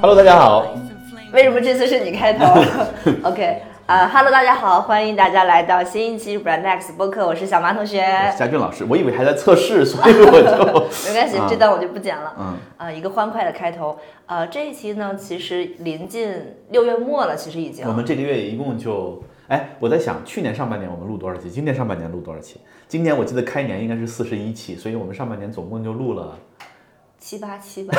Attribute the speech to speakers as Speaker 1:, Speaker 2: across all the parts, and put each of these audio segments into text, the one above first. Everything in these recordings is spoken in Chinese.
Speaker 1: Hello，大家好。
Speaker 2: 为什么这次是你开头 ？OK，啊、哈喽，大家好，欢迎大家来到新一期 Brand X 播客，我是小马同学。
Speaker 1: 佳俊老师，我以为还在测试，所以我 就
Speaker 2: 没关系
Speaker 1: 啊，
Speaker 2: 这段我就不剪了。
Speaker 1: 嗯，
Speaker 2: 呃，一个欢快的开头。呃，这一期呢，其实临近六月末了，其实已经
Speaker 1: 我们这个月一共就，哎，我在想，去年上半年我们录多少期，今年上半年录多少期？今年我记得开年应该是四十一期，所以我们上半年总共就录了，
Speaker 2: 七八七吧。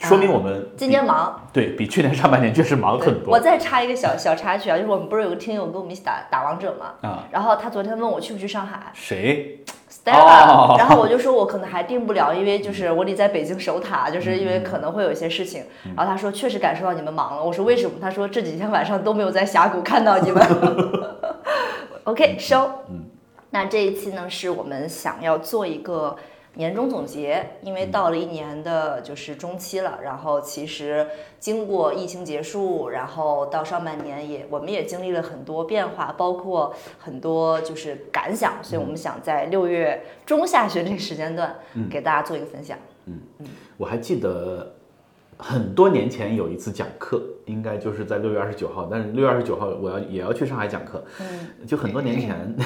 Speaker 1: 说明我们
Speaker 2: 啊今年忙，
Speaker 1: 对比去年上半年确实忙 很
Speaker 2: 我
Speaker 1: 多。
Speaker 2: 再插一个小小插曲啊，就是我们不是有个听友跟我们一起打打王者嘛，
Speaker 1: 啊，
Speaker 2: 然后他昨天问我去不去上海
Speaker 1: 谁？
Speaker 2: ，Stella，、
Speaker 1: 哦
Speaker 2: 然后我就说我可能还定不了，因为就是我得在北京守塔，就是因为可能会有一些事情。
Speaker 1: 嗯
Speaker 2: 然后他说确实感受到你们忙了，我说为什么？他说这几天晚上都没有在峡谷看到你们。OK，收。
Speaker 1: 嗯
Speaker 2: 那这一期呢，是我们想要做一个年终总结，因
Speaker 1: 嗯
Speaker 2: 为到了一年的就是中期了，然后其实经过疫情结束，然后到上半年也我们也经历了很多变化，包括很多就是感想，所以我们想在六月中下旬这个时间段
Speaker 1: 嗯
Speaker 2: 给大家做一个分享。
Speaker 1: 我还记得很多年前有一次讲课，应该就是在六月二十九号，但是六月二十九号我要也要去上海讲课，就很多年前，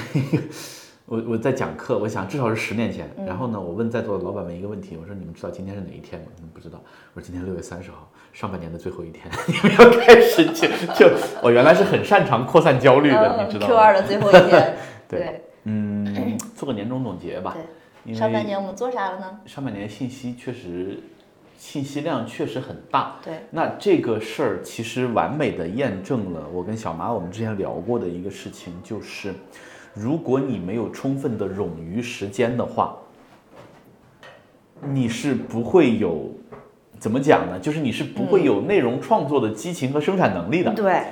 Speaker 1: 我我在讲课，我想至少是十年前。然后呢，我问在座的老板们一个问题，我说你们知道今天是哪一天吗？你们不知道。我说今天六月三十号，上半年的最后一天， 你们要开始就就我原来是很擅长扩散焦虑的，你知道
Speaker 2: 嗯呃 Q
Speaker 1: 吗？
Speaker 2: 二的最后一 天，
Speaker 1: 对
Speaker 2: 对
Speaker 1: 嗯，做个年终总结吧，因
Speaker 2: 对，
Speaker 1: 为
Speaker 2: 上半年我们做啥了呢？
Speaker 1: 上半年信息确实信息量确实很大，
Speaker 2: 对，
Speaker 1: 那这个事儿其实完美的验证了我跟小马我们之前聊过的一个事情，就是如果你没有充分的冗余时间的话，你是不会有怎么讲呢？就是你是不
Speaker 2: 嗯
Speaker 1: 会有内容创作的激情和生产能力的。
Speaker 2: 对，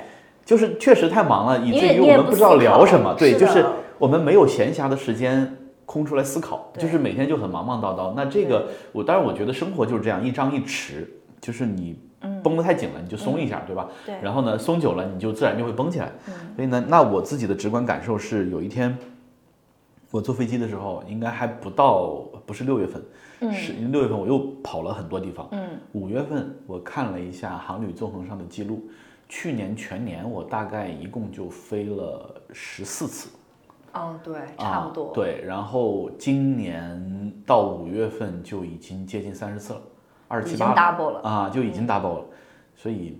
Speaker 1: 就是确实太忙了，以
Speaker 2: 因
Speaker 1: 至
Speaker 2: 为
Speaker 1: 于
Speaker 2: 嗯你
Speaker 1: 我
Speaker 2: 也
Speaker 1: 们
Speaker 2: 不
Speaker 1: 不知道
Speaker 2: 思
Speaker 1: 聊
Speaker 2: 考
Speaker 1: 什么。对，
Speaker 2: 是
Speaker 1: 就
Speaker 2: 的
Speaker 1: 是我们没有闲暇的时间空出来思考，
Speaker 2: 对
Speaker 1: 就是每天就很忙忙叨叨。那这个我当然我觉得生活就是这样一张一弛，就是你绷得太紧了，你就松一下，对吧？
Speaker 2: 嗯对嗯
Speaker 1: 然后呢，松久了你就自然就会绷起来。所以呢，那我自己的直观感受是，有一天我坐飞机的时候，应该还不到，不是六月份，是六月份我又跑了很多地方。
Speaker 2: 嗯，
Speaker 1: 五月份我看了一下航旅纵横上的记录，去年全年我大概一共就飞了十四次，
Speaker 2: 嗯，对，差不多
Speaker 1: 啊。。对，然后今年到五月份就已经接近三十次了，二十
Speaker 2: 已
Speaker 1: 七
Speaker 2: 经
Speaker 1: 八
Speaker 2: double 了。
Speaker 1: 啊，就已经 double 了。所以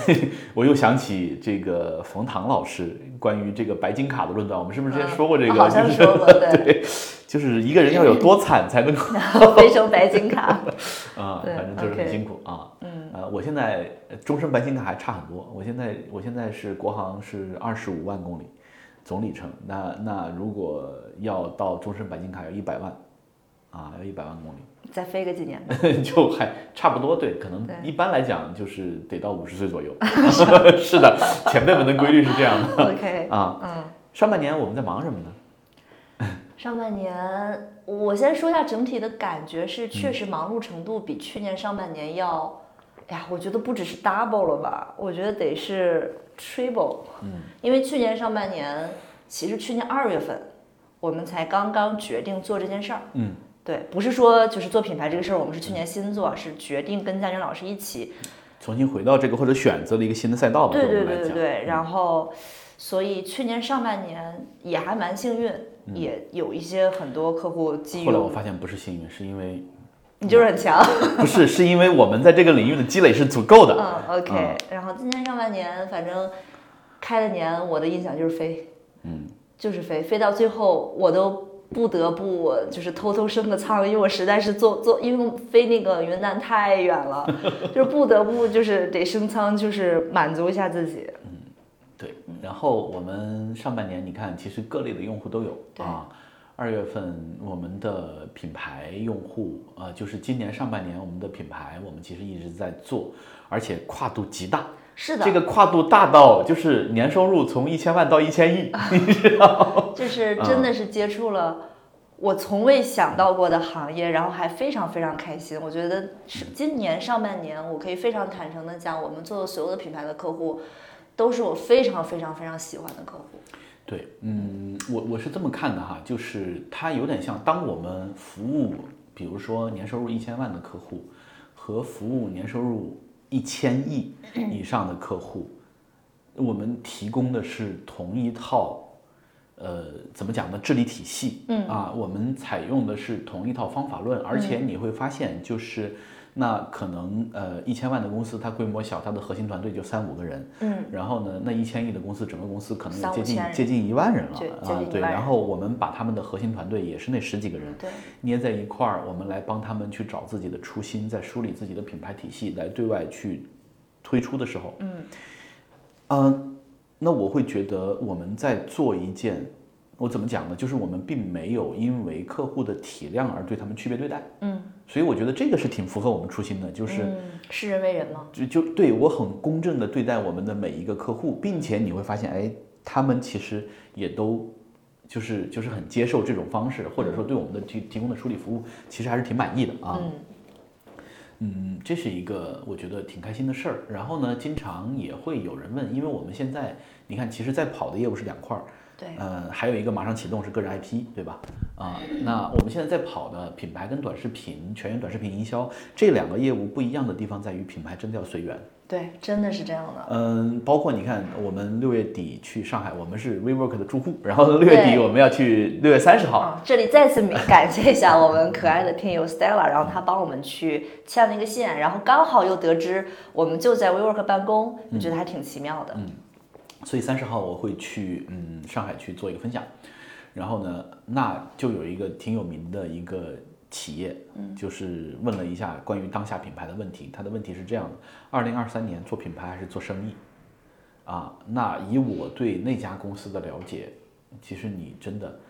Speaker 1: 我又想起这个冯唐老师关于这个白金卡的论断，我们是不是之前说过这个？
Speaker 2: 啊好像
Speaker 1: 就是
Speaker 2: 说过对
Speaker 1: 对，就是一个人要有多惨才能够
Speaker 2: 飞升白金卡。
Speaker 1: 啊，
Speaker 2: 对
Speaker 1: 反正就是很
Speaker 2: OK
Speaker 1: 辛苦啊。嗯，呃，我现在呃终身白金卡还差很多，我现在我现在是国航是二十五万公里总里程，那那如果要到终身白金卡要一百万啊，要一百万公里。
Speaker 2: 再飞个 几年，
Speaker 1: 就还差不多，对，可能
Speaker 2: 对
Speaker 1: 一般来讲就是得到五十岁左 右。 是的，前辈们的规律是这样
Speaker 2: OK，
Speaker 1: 的啊。
Speaker 2: 嗯，
Speaker 1: 上半年我们在忙什么呢？
Speaker 2: 上半年我先说一下整体的感觉是，确
Speaker 1: 嗯
Speaker 2: 实忙碌程度比去年上半年要，哎呀，我觉得不只是 double 了吧，我觉得得是 triple，嗯，因为去年上半年，其实去年二月份我们才刚刚决定做这件事儿，
Speaker 1: 嗯，
Speaker 2: 对，不是说就是做品牌这个事儿，我们是去年新做，是决定跟嘉玲老师一起
Speaker 1: 重新回到这个，或者选择了一个新的赛道吧，
Speaker 2: 对
Speaker 1: 哦对
Speaker 2: 对
Speaker 1: 我们
Speaker 2: 对
Speaker 1: 来
Speaker 2: 对
Speaker 1: 讲。嗯
Speaker 2: 对，然后，所以去年上半年也还蛮幸运，也有一些很多客户机
Speaker 1: 嗯后来
Speaker 2: 遇，
Speaker 1: 我发现不是幸运，是因为
Speaker 2: 你就是很强。
Speaker 1: 不是是因为我们在这个领域的积累是足够的。
Speaker 2: 嗯，OK。然后今年上半年，反正开了年，我的印象就是飞，
Speaker 1: 嗯，
Speaker 2: 就是飞，飞到最后我都。不得不就是偷偷升个舱，因为我实在是坐坐，因为飞那个云南太远了，就是不得不就是得升舱，就是满足一下自己。
Speaker 1: 对，然后我们上半年你看，其实各类的用户都有
Speaker 2: 对
Speaker 1: 啊。二月份我们的品牌用户，呃，就是今年上半年我们的品牌，我们其实一直在做，而且跨度极大。
Speaker 2: 是的，
Speaker 1: 这个跨度大到就是年收入从一千万到一千亿，
Speaker 2: 啊就是真的是接触了我从未想到过的行业，然后还非常非常开心。我觉得是今年上半年，我可以非常坦诚的讲，我们做的所有的品牌的客户，都是我非常非常非常喜欢的客户。
Speaker 1: 对，嗯，我我是这么看的哈，就是它有点像，当我们服务比如说年收入一千万的客户和服务年收入一千 亿以上的客户，我们提供的是同一套。呃，怎么讲呢？治理体系，嗯啊，我们采用的是同一套方法论，而
Speaker 2: 嗯
Speaker 1: 且你会发现，就是、那可能呃一千万的公司，它规模小，它的核心团队就三五个人，嗯，然后呢，那一千亿的公司，整个公司可能也
Speaker 2: 三五
Speaker 1: 接近
Speaker 2: 千人
Speaker 1: 接近一万人了
Speaker 2: 对接近
Speaker 1: 啊
Speaker 2: 一，
Speaker 1: 对，
Speaker 2: 万人
Speaker 1: 然后我们把他们的核心团队也是那十几个人
Speaker 2: 对
Speaker 1: 捏在一块儿，我们来帮他们去找自己的初心，在梳理自己的品牌体系，来对外去推出的时候，嗯，那我会觉得我们在做一件，我怎么讲呢？就是我们并没有因为客户的体量而对他们区别对待，嗯，所以我觉得这个是挺符合我们初心的，就是。
Speaker 2: 嗯，视人为人吗？
Speaker 1: 就就对我很公正的对待我们的每一个客户，并且你会发现，哎，他们其实也都就是就是很接受这种方式，或者说对我们的提提供的处理服务，其实还是挺满意的啊。
Speaker 2: 嗯
Speaker 1: 嗯，这是一个我觉得挺开心的事儿。然后呢，经常也会有人问，因为我们现在你看，其实在跑的业务是两块儿，
Speaker 2: 对，
Speaker 1: 呃，还有一个马上启动是个人 IP，对吧？啊、那我们现在在跑的品牌跟短视频、全员短视频营销这两个业务不一样的地方在于，品牌真的要随缘。
Speaker 2: 对，真的是这样的。
Speaker 1: 嗯，包括你看，我们六月底去上海，我们是 WeWork 的住户，然后六月底
Speaker 2: 对
Speaker 1: 我们要去六月三十号。
Speaker 2: 啊，这里再次感谢一下我们可爱的听友 Stella，然后她帮我们去牵了一个线，然后刚好又得知我们就在 WeWork 办公，我觉得还挺奇妙的。
Speaker 1: 所以三十号我会去嗯上海去做一个分享，然后呢，那就有一个挺有名的一个企业，就是问了一下关于当下品牌的问题，他的问题是这样的：二零二三年做品牌还是做生意？啊，那以我对那家公司的了解，其实你真的，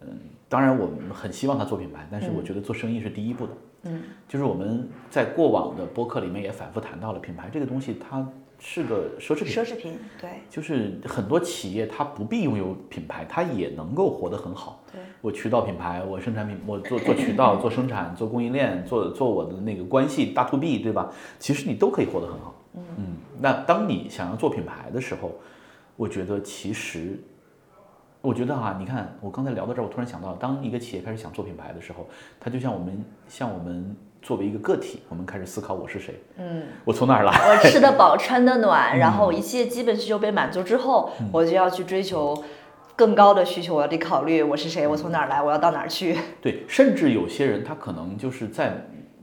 Speaker 1: 嗯，当然我们很希望他做品牌，但是我觉得做生意是第一步的。嗯，就是我们在过往的播客里面也反复谈到了，品牌这个东西它是个奢侈品，
Speaker 2: 奢侈品，对
Speaker 1: 就是很多企业它不必拥有品牌，它也能够活得很好。
Speaker 2: 对，
Speaker 1: 我渠道品牌，我生产品，我做做渠 道、做生产、做供应链、做做我的那个关系大 to B，对吧？其实你都可以活得很好。嗯那当你想要做品牌的时候，我觉得其实，我觉得啊，你看我刚才聊到这儿，我突然想到，当一个企业开始想做品牌的时候，它就像我们像我们作为一个个体，我们开始思考我是谁，嗯，我从哪儿来，
Speaker 2: 我吃得饱，穿得暖，然
Speaker 1: 嗯
Speaker 2: 后一切基本需求被满足之后，我就要去追求更高的需求，我要得考虑我是谁，
Speaker 1: 嗯
Speaker 2: 我从哪儿来，我要到哪儿去。
Speaker 1: 对，甚至有些人他可能就是在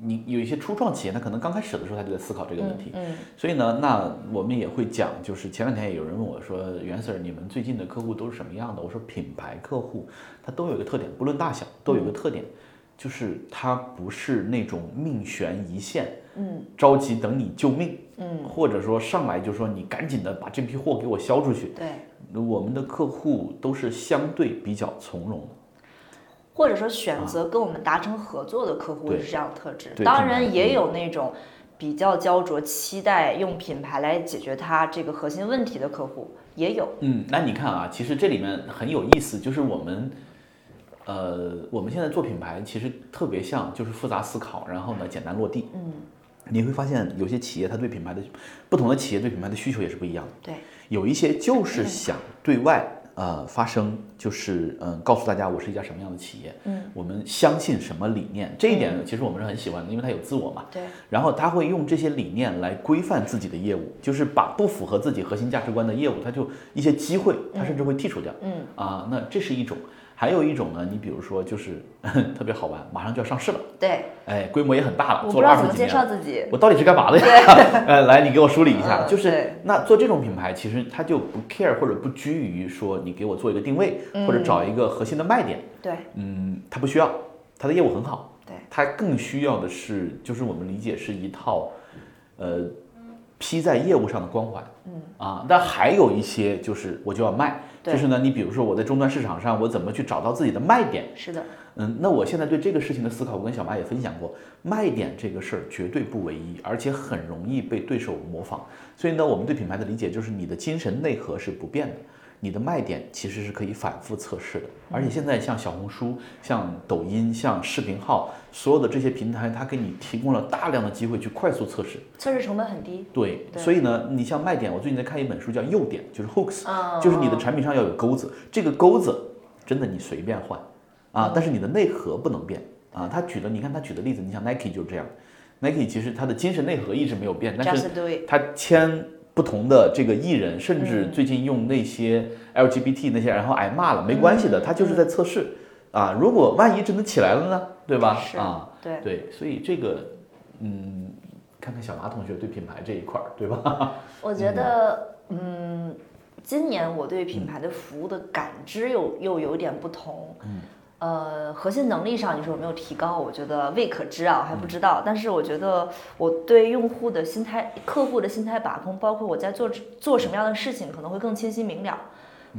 Speaker 1: 你有一些初创企业，他可能刚开始的时候他就在思考这个问题。
Speaker 2: 嗯，
Speaker 1: 所以呢，那我们也会讲，就是前两天也有人问我说，袁 Sir，你们最近的客户都是什么样的？我说品牌客户他都有一个特点，不论大小都
Speaker 2: 嗯
Speaker 1: 有一个特点，就是他不是那种命悬一线，
Speaker 2: 嗯，
Speaker 1: 着急等你救命，嗯，或者说上来就说你赶紧的把这批货给我销出去。
Speaker 2: 对。
Speaker 1: 我们的客户都是相对比较从容的。
Speaker 2: 或者说选择跟我们达成合作的客户是这样的特质。
Speaker 1: 对嗯
Speaker 2: 当
Speaker 1: 品牌
Speaker 2: 然也有那种比较焦灼、期待用品牌来解决它这个核心问题的客户，也有。
Speaker 1: 嗯，那你看啊，其实这里面很有意思，就是我们，呃，我们现在做品牌其实特别像，就是复杂思考，然后呢简单落地。嗯，你会发现有些企业它对品牌的不同的企业对品牌的需求也是不一样的，
Speaker 2: 对，
Speaker 1: 有一些就是想对外呃发声，就是嗯、呃告诉大家我是一家什么样的企业，嗯，我们相信什么理念，这一点其实我们是很喜欢的，因为它有自我嘛。
Speaker 2: 对，
Speaker 1: 然后他会用这些理念来规范自己的业务，就是把不符合自己核心价值观的业务，他就一些机会，他甚至会剔除掉。
Speaker 2: 嗯
Speaker 1: 啊，那这是一种，还有一种呢，你比如说就是 特别好玩，马上就要上市了，
Speaker 2: 对，
Speaker 1: 哎，规模也很大了，
Speaker 2: 我不
Speaker 1: 做
Speaker 2: 知
Speaker 1: 了二
Speaker 2: 道怎
Speaker 1: 十
Speaker 2: 么
Speaker 1: 几
Speaker 2: 介
Speaker 1: 年
Speaker 2: 绍
Speaker 1: 了。
Speaker 2: 自己。
Speaker 1: 我到底是干嘛的 呀？呃，来，你给我梳理一下，
Speaker 2: 嗯
Speaker 1: 就是
Speaker 2: 对
Speaker 1: 那做这种品牌，其实他就不 care 或者不拘于说你给我做一个定位，
Speaker 2: 嗯
Speaker 1: 或者找一个核心的卖点，
Speaker 2: 对，
Speaker 1: 嗯，他不需要，他的业务很好，
Speaker 2: 对，
Speaker 1: 他更需要的是，就是我们理解是一套，呃，披在业务上的光环，嗯啊，但还有一些就是我就要卖，
Speaker 2: 对
Speaker 1: 就是呢，你比如说我在终端市场上，我怎么去找到自己的卖点？
Speaker 2: 是的，
Speaker 1: 嗯，那我现在对这个事情的思考，我跟小马也分享过，卖点这个事儿绝对不唯一，而且很容易被对手模仿。所以呢，我们对品牌的理解就是你的精神内核是不变的，你的卖点其实是可以反复测试的。而且现在像小红书、像抖音、像视频号，所有的这些平台，它给你提供了大量的机会去快速测试。
Speaker 2: 测试成本很低。
Speaker 1: 对，
Speaker 2: 对
Speaker 1: 所以呢，你像卖点，我最近在看一本书叫《诱点》，就是 hooks，、
Speaker 2: 嗯
Speaker 1: 就是你的产品上
Speaker 2: 嗯
Speaker 1: 要有钩子，这个钩子真的你随便换啊，但是你的内核不能变。啊。他举的，你看他举的例子，你像 Nike 就这样，Nike 其实它的精神内核一直没有变，但是啊
Speaker 2: Just do it，
Speaker 1: 他签不同的这个艺人，甚至
Speaker 2: 嗯
Speaker 1: 最近用那些 LGBT 那些，然后挨骂了，没
Speaker 2: 嗯
Speaker 1: 关系的，他就是在测试啊。如果万一真的起来了呢，对吧？
Speaker 2: 是
Speaker 1: 啊，
Speaker 2: 对。
Speaker 1: 对，所以这个，嗯，看看小马同学对品牌这一块儿，对吧？
Speaker 2: 我觉得，嗯，今年我对品牌的服务的感知又又有点不同。嗯，呃，核心能力上你说有没有提高？我觉得未可知啊，我还不知道。但是我觉得我对用户的心态、客户的心态把控，包括我在做做什么样的事情，可能会更清晰明了。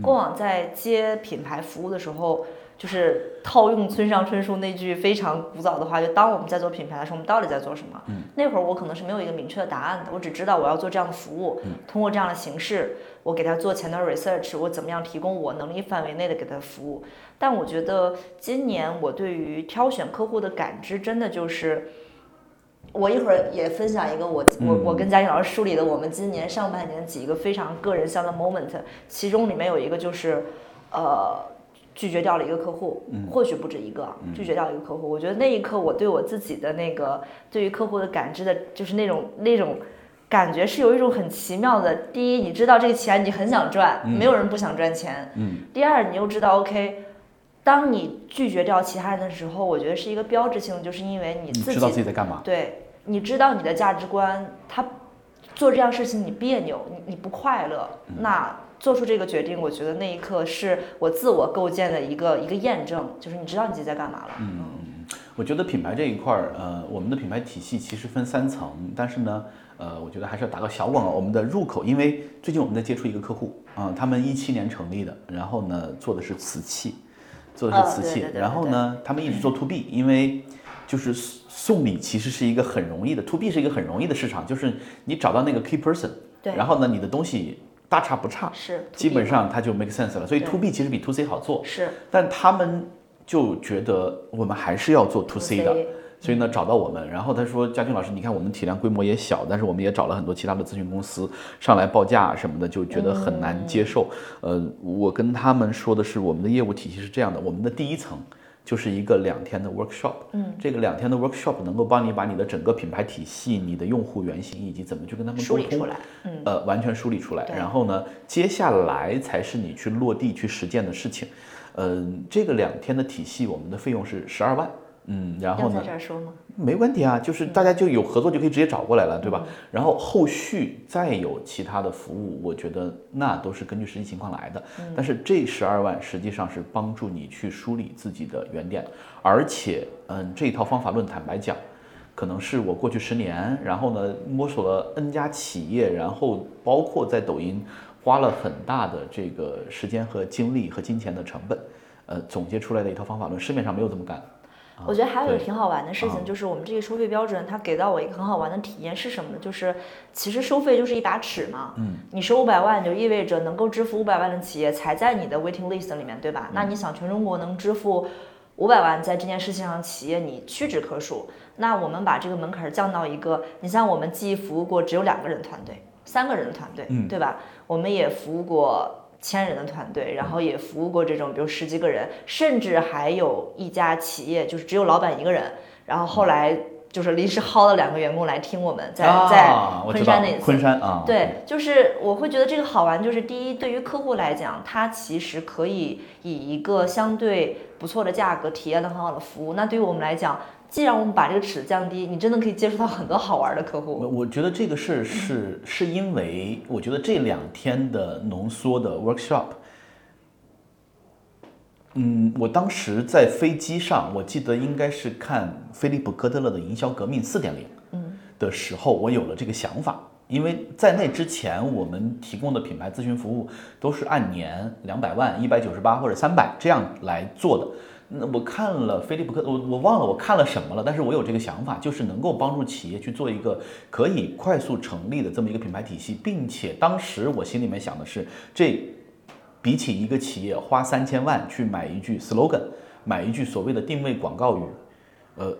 Speaker 2: 过往在接品牌服务的时候，就是套用村上春树那句非常古早的话，就当我们在做品牌的时候，我们到底在做什么？那会儿我可能是没有一个明确的答案的，我只知道我要做这样的服务，通过这样的形式，我给他做前端 research，我怎么样提供我能力范围内的给他服务。但我觉得今年我对于挑选客户的感知，真的就是。我一会儿也分享一个我我我跟佳颖老师梳理的我们今年上半年几个非常个人向的 moment，其中里面有一个就是，呃，拒绝掉了一个客户，或许不止一个啊，拒绝掉一个客户。我觉得那一刻我对我自己的那个对于客户的感知的，就是那种那种感觉是有一种很奇妙的。第一，你知道这个钱你很想赚，没有人不想赚钱。
Speaker 1: 嗯。
Speaker 2: 第二，你又知道 OK。当你拒绝掉其他人的时候，我觉得是一个标志性，就是因为你
Speaker 1: 你
Speaker 2: 自
Speaker 1: 知
Speaker 2: 己
Speaker 1: 道自己在干嘛？
Speaker 2: 对，你知道你的价值观，他做这样事情你别扭，你你不快乐，
Speaker 1: 嗯
Speaker 2: 那做出这个决定，我觉得那一刻是我自我构建的一个一个验证，就是你知道你自己在干嘛了。嗯，
Speaker 1: 我觉得品牌这一块儿，呃，我们的品牌体系其实分三层，但是呢，呃，我觉得还是要打个小广告，我们的入口，因为最近我们在接触一个客户，啊、他们一七年成立的，然后呢做的是瓷器，做的是
Speaker 2: 哦
Speaker 1: 瓷
Speaker 2: 对
Speaker 1: 器，
Speaker 2: 对对对
Speaker 1: 然后呢，他们一直做 to B，因为就是送礼其实是一个很容易的，to B 是一个很容易的市场，就是你找到那个 key person，
Speaker 2: 对
Speaker 1: 然后呢，你的东西大差不差，
Speaker 2: 是
Speaker 1: 基本
Speaker 2: to
Speaker 1: 上它就 make sense 了，所以
Speaker 2: 对
Speaker 1: to B 其实比 to C 好做
Speaker 2: B，是
Speaker 1: 但他们就觉得我们还是要做 to C
Speaker 2: 嗯
Speaker 1: 的。所以呢，找到我们，然后他说：“佳俊老师，你看我们体量规模也小，但是我们也找了很多其他的咨询公司上来报价什么的，就觉得很难接受。
Speaker 2: 嗯
Speaker 1: 呃，我跟他们说的是，我们的业务体系是这样的，我们的第一层就是一个两天的 workshop，嗯，这个两天的 workshop 能够帮你把你的整个品牌体系、你的用户原型以及怎么去跟他们
Speaker 2: 梳
Speaker 1: 沟
Speaker 2: 理出
Speaker 1: 通，
Speaker 2: 来，嗯，
Speaker 1: 呃，完全梳理出来。
Speaker 2: 对
Speaker 1: 然后呢，接下来才是你去落地去实践的事情。嗯、这个两天的体系，我们的费用是十二万。嗯，然后
Speaker 2: 要
Speaker 1: 呢
Speaker 2: 在，这儿说吗？
Speaker 1: 没问题啊，就是大家就有合作就可以直接找过来了，对吧？然后后续再有其他的服务，我觉得那都是根据实际情况来的。但是这十二万实际上是帮助你去梳理自己的原点，而且，嗯，这一套方法论，坦白讲，可能是我过去十年，然后呢摸索了 N 家企业，然后包括在抖音花了很大的这个时间和精力和金钱的成本，呃，总结出来的一套方法论，市面上没有这么干。
Speaker 2: 我觉得还有一个
Speaker 1: 啊对
Speaker 2: 挺好玩的事
Speaker 1: 啊
Speaker 2: 情，就是我们这个收费标准，它给到我一个很好玩的体验是什么呢？就是其实收费就是一把尺嘛，嗯，你收五百万就意味着能够支付五百万的企业才在你的 waiting list 里面，对吧？
Speaker 1: 嗯
Speaker 2: 那你想全中国能支付五百万，在这件事情上企业你屈指可数。那我们把这个门槛儿降到一个，你像我们既服务过只有两个人团队、三个人的团队，
Speaker 1: 嗯
Speaker 2: 对吧？我们也服务过千人的团队，然后也服务过这种比如十几个人，甚至还有一家企业就是只有老板一个人，然后后来就是临时薅了两个员工来听我们在、
Speaker 1: 啊
Speaker 2: 在
Speaker 1: 我
Speaker 2: 昆
Speaker 1: 知道
Speaker 2: 山那次
Speaker 1: 昆。山啊，
Speaker 2: 对，就是我会觉得这个好玩，就是第一，对于客户来讲，他其实可以以一个相对不错的价格体验到很好的服务。那对于我们来讲，既然我们把这个尺降低，你真的可以接触到很多好玩的客户。
Speaker 1: 我我觉得这个
Speaker 2: 嗯
Speaker 1: 事是是因为，我觉得这两天的浓缩的 workshop，嗯，我当时在飞机上，我记得应该是看菲利普·科特勒的《营销革命四点零》
Speaker 2: 嗯
Speaker 1: 的时候，我有了这个想法。因为在那之前，我们提供的品牌咨询服务都是按年两百万、一百九十八或者三百这样来做的。那我看了菲利普克，我我忘了我看了什么了，但是我有这个想法，就是能够帮助企业去做一个可以快速成立的这么一个品牌体系，并且当时我心里面想的是，这比起一个企业花三千万去买一句 slogan，买一句所谓的定位广告语，呃，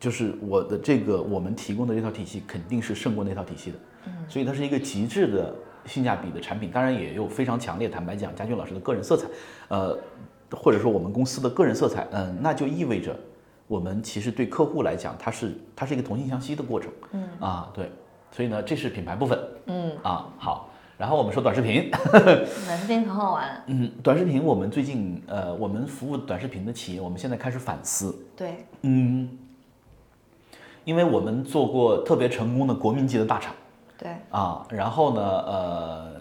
Speaker 1: 就是我的这个我们提供的这套体系肯定是胜过那套体系的，所以它是一个极致的性价比的产品，当然也有非常强烈，坦白讲，佳俊老师的个人色彩，呃，或者说我们公司的个人色彩，嗯、那就意味着我们其实对客户来讲，它是它是一个同性相吸的过程。嗯啊，对，所以呢，这是品牌部分。嗯啊，好。然后我们说短视频，
Speaker 2: 短视频很好玩。
Speaker 1: 嗯，短视频我们最近呃，我们服务短视频的企业，我们现在开始反思。
Speaker 2: 对，
Speaker 1: 嗯，因为我们做过特别成功的国民级的大厂
Speaker 2: 对，
Speaker 1: 啊，然后呢，呃，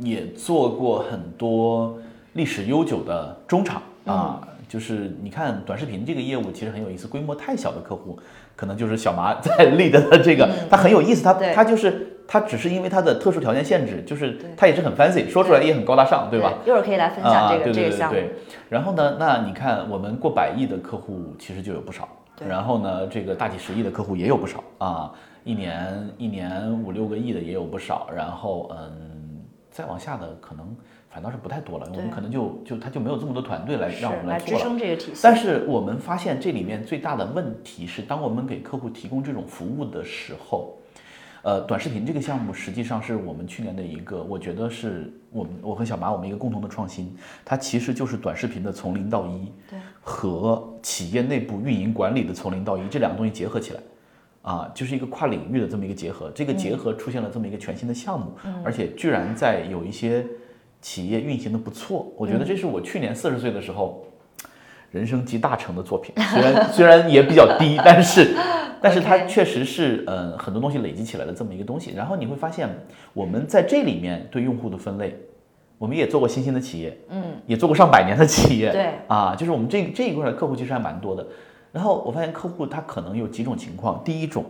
Speaker 1: 也做过很多历史悠久的中厂
Speaker 2: 嗯
Speaker 1: 啊。就是你看短视频这个业务其实很有意思，规模太小的客户，可能就是小麻在立的这个，它很有意思，它
Speaker 2: 嗯对
Speaker 1: 它就是它只是因为它的特殊条件限制，就是
Speaker 2: 对
Speaker 1: 它也是很 fancy，说出来也很高大上，对吧？？
Speaker 2: 一会儿可以来分享这
Speaker 1: 啊、对
Speaker 2: 个、
Speaker 1: 对
Speaker 2: 这
Speaker 1: 对
Speaker 2: 个项目
Speaker 1: 对。然后呢，那你看我们过百亿的客户其实就有不少，
Speaker 2: 对
Speaker 1: 然后呢，这个大几十亿的客户也有不少啊，一年一年五六个亿的也有不少，然后嗯，再往下的可能反倒是不太多了，我们
Speaker 2: 对
Speaker 1: 可能就就他就没有这么多团队来
Speaker 2: 是
Speaker 1: 让我们
Speaker 2: 来
Speaker 1: 做
Speaker 2: 支
Speaker 1: 了。
Speaker 2: 撑这个体系。
Speaker 1: 但是我们发现这里面最大的问题是，当我们给客户提供这种服务的时候，呃，短视频这个项目实际上是我们去年的一个，我觉得是我们我和小马我们一个共同的创新，它其实就是短视频的从零到一
Speaker 2: 对，
Speaker 1: 和企业内部运营管理的从零到一这两个东西结合起来。啊，就是一个跨领域的这么一个结合，这个结合出现了这么一个全新的项目，而且居然在有一些企业运行的不错，我觉得这是我去年四十岁的时候人生集大成的作品，虽然虽然也比较低，但是但是它
Speaker 2: OK
Speaker 1: 确实是呃很多东西累积起来的这么一个东西。然后你会发现，我们在这里面对用户的分类，我们也做过新兴的企业，嗯，也做过上百年的企业，
Speaker 2: 对
Speaker 1: 啊，就是我们这这一块的客户其实还蛮多的。然后我发现客户他可能有几种情况，第一种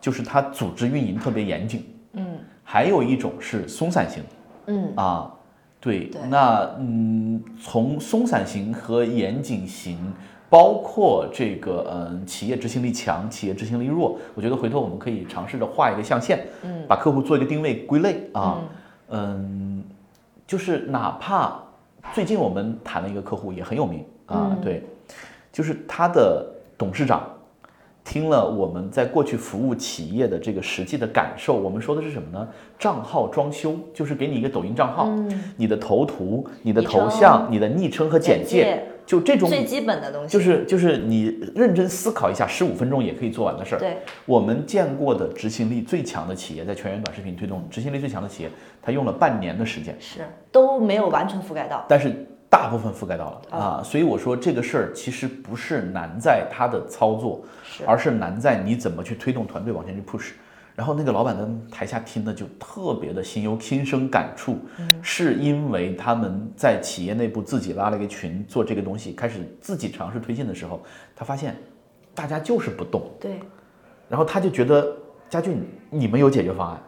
Speaker 1: 就是他组织运营特别严谨，嗯，还有一种是松散型，
Speaker 2: 嗯，
Speaker 1: 啊，对，
Speaker 2: 对
Speaker 1: 那嗯，从松散型和严谨型，包括这个嗯，企业执行力强，企业执行力弱，我觉得回头我们可以尝试着画一个象限，嗯，把客户做一个定位归类啊，嗯，就是哪怕最近我们谈了一个客户也很有名啊，对，就是他的董事长。听了我们在过去服务企业的这个实际的感受，我们说的是什么呢？账号装修就是给你一个抖音账号，
Speaker 2: 嗯
Speaker 1: 你的头图、你的
Speaker 2: 昵
Speaker 1: 头
Speaker 2: 称
Speaker 1: 像、你的昵称和简
Speaker 2: 简介
Speaker 1: 介，就这种
Speaker 2: 最基本的东西
Speaker 1: 就是就是你认真思考一下，十五分钟也可以做完的事儿。
Speaker 2: 对，
Speaker 1: 我们见过的执行力最强的企业，在全员短视频推动执行力最强的企业，它用了半年的时间，
Speaker 2: 是都没有完全覆盖到。
Speaker 1: 但是大部分覆盖到了啊。所以我说这个事儿其实不是难在它的操作，
Speaker 2: 是
Speaker 1: 而是难在你怎么去推动团队往前去 push。然后那个老板在台下听的就特别的心有亲身感触，是因为他们在企业内部自己拉了一个群做这个东西，开始自己尝试推进的时候，他发现大家就是不动，
Speaker 2: 对，
Speaker 1: 然后他就觉得家俊，你们有解决方案，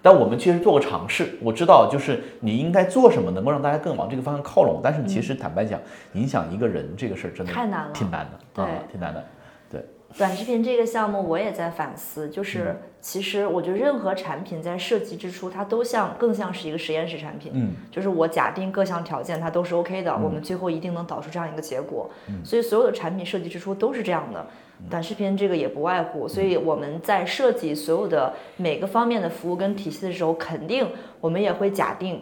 Speaker 1: 但我们确实做过尝试。我知道，就是你应该做什么能够让大家更往这个方向靠拢。但是其实坦白讲，影响一个人这个事儿真的
Speaker 2: 嗯太难了
Speaker 1: 挺难的，
Speaker 2: 对
Speaker 1: 啊，挺难的。
Speaker 2: 短视频这个项目我也在反思，就是其实我觉得任何产品在设计之初，它都像更像是一个实验室产品。
Speaker 1: 嗯，
Speaker 2: 就是我假定各项条件它都是 OK 的，我们最后一定能导出这样一个结果。所以所有的产品设计之初都是这样的，短视频这个也不外乎。所以我们在设计所有的每个方面的服务跟体系的时候，肯定我们也会假定。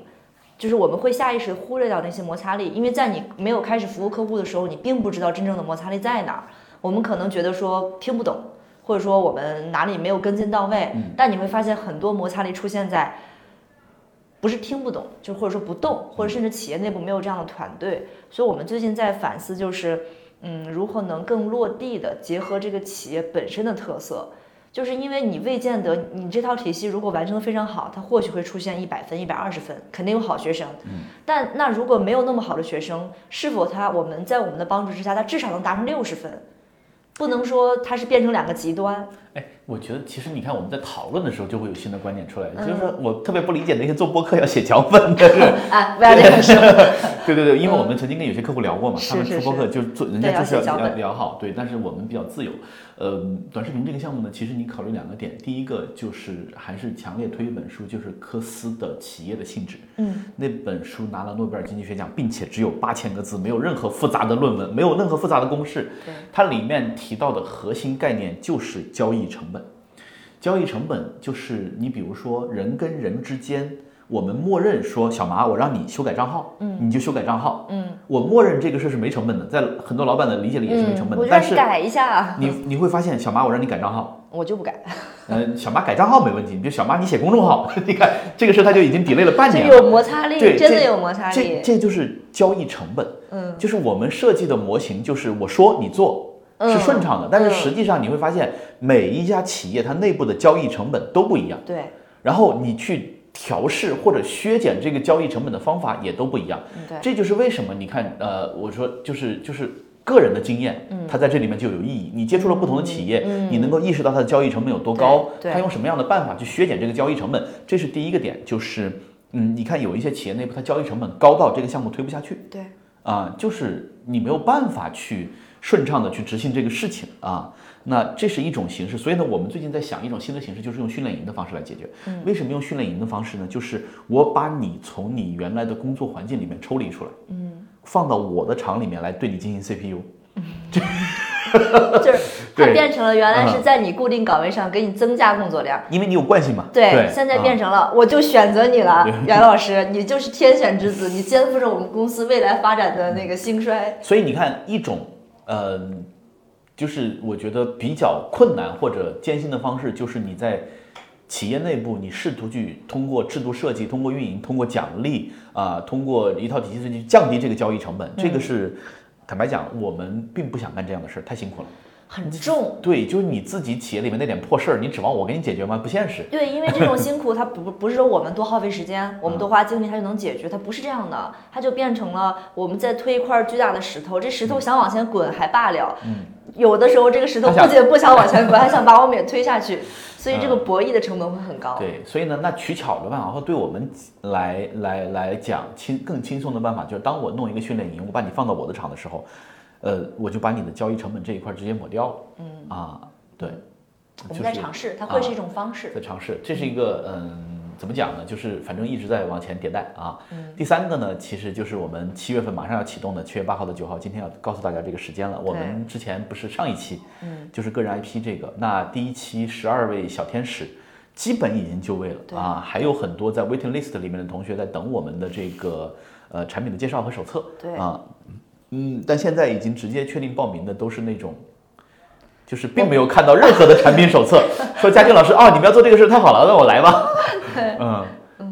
Speaker 2: 就是我们会下意识忽略掉那些摩擦力，因为在你没有开始服务客户的时候，你并不知道真正的摩擦力在哪儿。我们可能觉得说听不懂，或者说我们哪里没有跟进到位，但你会发现很多摩擦力出现在不是听不懂，就或者说不动，或者甚至企业内部没有这样的团队。所以我们最近在反思，就是嗯，如何能更落地的结合这个企业本身的特色。就是因为你未见得你这套体系如果完成的非常好，它或许会出现一百分、一百二十分，肯定有好学生。
Speaker 1: 嗯
Speaker 2: 但那如果没有那么好的学生，是否他我们在我们的帮助之下，他至少能达成六十分？不能说它是变成两个极 端，
Speaker 1: 哎，我觉得其实你看我们在讨论的时候就会有新的观点出来，
Speaker 2: 嗯
Speaker 1: 就是说我特别不理解那些做播客要写脚本的人。
Speaker 2: 哎，不要这样说。
Speaker 1: 对对对，因为我们曾经跟有些客户聊过嘛，
Speaker 2: 是
Speaker 1: 他们
Speaker 2: 嗯是
Speaker 1: 出播客
Speaker 2: 是
Speaker 1: 就是做人
Speaker 2: 对
Speaker 1: 家就是
Speaker 2: 要写
Speaker 1: 要
Speaker 2: 脚
Speaker 1: 聊
Speaker 2: 本
Speaker 1: 聊好，对，但是我们比较自由。呃，短视频这个项目呢，其实你考虑两个点，第一个就是还是强烈推一本书，就是科斯的《企业的性质》。
Speaker 2: 嗯，
Speaker 1: 那本书拿了诺贝尔经济学奖，并且只有八千个字，没有任何复杂的论文，没有任何复杂的公式
Speaker 2: 对。
Speaker 1: 它里面提到的核心概念就是交易成本。交易成本就是你比如说人跟人之间，我们默认说小麻，我让你修改账号，嗯，你就修改账号，
Speaker 2: 嗯，
Speaker 1: 我默认这个事是没成本的，在很多老板的理解里也是没成本的，
Speaker 2: 嗯我就
Speaker 1: 但
Speaker 2: 让你
Speaker 1: 是
Speaker 2: 改一下，啊
Speaker 1: 你你会发现小麻，我让你改账号。
Speaker 2: 我就不改，
Speaker 1: 嗯，小妈改账号没问题，你就小妈你写公众号， 你看这个事儿他就已经 delay 了半
Speaker 2: 就
Speaker 1: 年了。
Speaker 2: 有摩擦力，
Speaker 1: 对
Speaker 2: 真的
Speaker 1: 这
Speaker 2: 有摩擦
Speaker 1: 这
Speaker 2: 力。
Speaker 1: 这就是交易成本，
Speaker 2: 嗯，
Speaker 1: 就是我们设计的模型，就是我说你做
Speaker 2: 嗯
Speaker 1: 是顺畅的，但是
Speaker 2: 嗯
Speaker 1: 实际上你会发现每一家企业它内部的交易成本都不一样，
Speaker 2: 对，
Speaker 1: 然后你去调试或者削减这个交易成本的方法也都不一样。
Speaker 2: 嗯对，
Speaker 1: 这就是为什么你看，呃，我说就是就是个人的经验，
Speaker 2: 嗯
Speaker 1: 它在这里面就有意义。你接触了不同的企业，你能够意识到它的交易成本有多高，
Speaker 2: 对对
Speaker 1: 它用什么样的办法去削减这个交易成本，这是第一个点。就是，嗯，你看有一些企业内部它交易成本高到这个项目推不下去
Speaker 2: 对，
Speaker 1: 啊、就是你没有办法去顺畅的去执行这个事情啊。那这是一种形式，所以呢，我们最近在想一种新的形式，就是用训练营的方式来解决。
Speaker 2: 嗯
Speaker 1: 为什么用训练营的方式呢？就是我把你从你原来的工作环境里面抽离出来。
Speaker 2: 嗯
Speaker 1: 放到我的厂里面来对你进行 CPU。
Speaker 2: 就是它
Speaker 1: 对
Speaker 2: 变成了原来是
Speaker 1: 嗯
Speaker 2: 在你固定岗位上给你增加工作量。
Speaker 1: 因为你有惯性嘛，啊
Speaker 2: 对，现在变
Speaker 1: 成、
Speaker 2: 成了、我就选择你了，袁老师，你就是天选之子，你肩负着我们公司未来发展的那个兴衰。
Speaker 1: 所以你看一种，呃，就是我觉得比较困难或者艰辛的方式，就是你在企业内部，你试图去通过制度设计、通过运营、通过奖励啊、通过一套体系设计降低这个交易成本，这个是。坦白讲，我们并不想干这样的事儿，太辛苦了。
Speaker 2: 很重。
Speaker 1: 对，就是你自己企业里面那点破事儿，你指望我给你解决吗？不现实。
Speaker 2: 对，因为 这种辛苦，它不不是说我们多耗费时间，
Speaker 1: 嗯
Speaker 2: 我们多花精力，它就能解决，它不是这样的，它就变成了我们在推一块巨大的石头，这石
Speaker 1: 嗯
Speaker 2: 头想往前滚还罢了，有的时候这个石头
Speaker 1: 它
Speaker 2: 不
Speaker 1: 想
Speaker 2: 仅不想 往前滚，还想把我们也推下去，所以这个
Speaker 1: 嗯
Speaker 2: 博弈的成本会很高。
Speaker 1: 对，所以呢，那取巧的办法，或对我们来来来讲轻更轻松的办法，就是当我弄一个训练营，我把你放到我的场的时候，呃，我就把你的交易成本这一块直接抹掉了。嗯啊，对，
Speaker 2: 我
Speaker 1: 就
Speaker 2: 们
Speaker 1: 是
Speaker 2: 在尝试，
Speaker 1: 啊
Speaker 2: 它会是一种方式。
Speaker 1: 在尝试，这是一个嗯。怎么讲呢？就是反正一直在往前迭代啊。
Speaker 2: 嗯
Speaker 1: 第三个呢，其实就是我们七月份马上要启动的，七月八号到九号，今天要告诉大家这个时间了。我们之前不是上一期，
Speaker 2: 嗯，
Speaker 1: 就是个人 IP 这个，那第一期十二位小天使基本已经就位
Speaker 2: 对
Speaker 1: 了啊，还有很多在 waiting list 里面的同学在等我们的这个呃产品的介绍和手册。
Speaker 2: 对
Speaker 1: 啊，嗯，但现在已经直接确定报名的都是那种。就是并没有看到任何的产品手册， 说嘉靖老师哦，你们要做这个事儿太好了，那我来吧。嗯，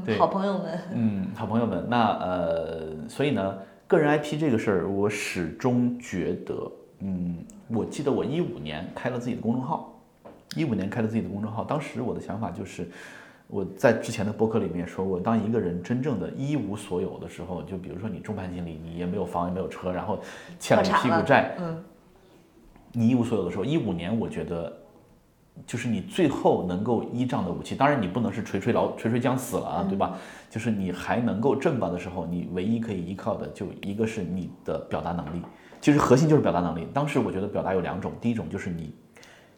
Speaker 1: 对
Speaker 2: 嗯，好朋友们，
Speaker 1: 嗯，好朋友们，那呃，所以呢，个人 IP 这个事儿，我始终觉得，嗯，我记得我一五年开了自己的公众号，一五年开了自己的公众号，当时我的想法就是，我在之前的播客里面也说过，当一个人真正的一无所有的时候，就比如说你众叛亲离，你也没有房，也没有车，然后欠了一
Speaker 2: 破产
Speaker 1: 屁股
Speaker 2: 了
Speaker 1: 债，
Speaker 2: 嗯，
Speaker 1: 你一无所有的时候，一五年我觉得就是你最后能够依仗的武器。当然，你不能是垂垂老垂垂僵死了啊，对吧？就是你还能够正吧的时候，你唯一可以依靠的就一个是你的表达能力，其实核心就是表达能力。当时我觉得表达有两种，第一种就是你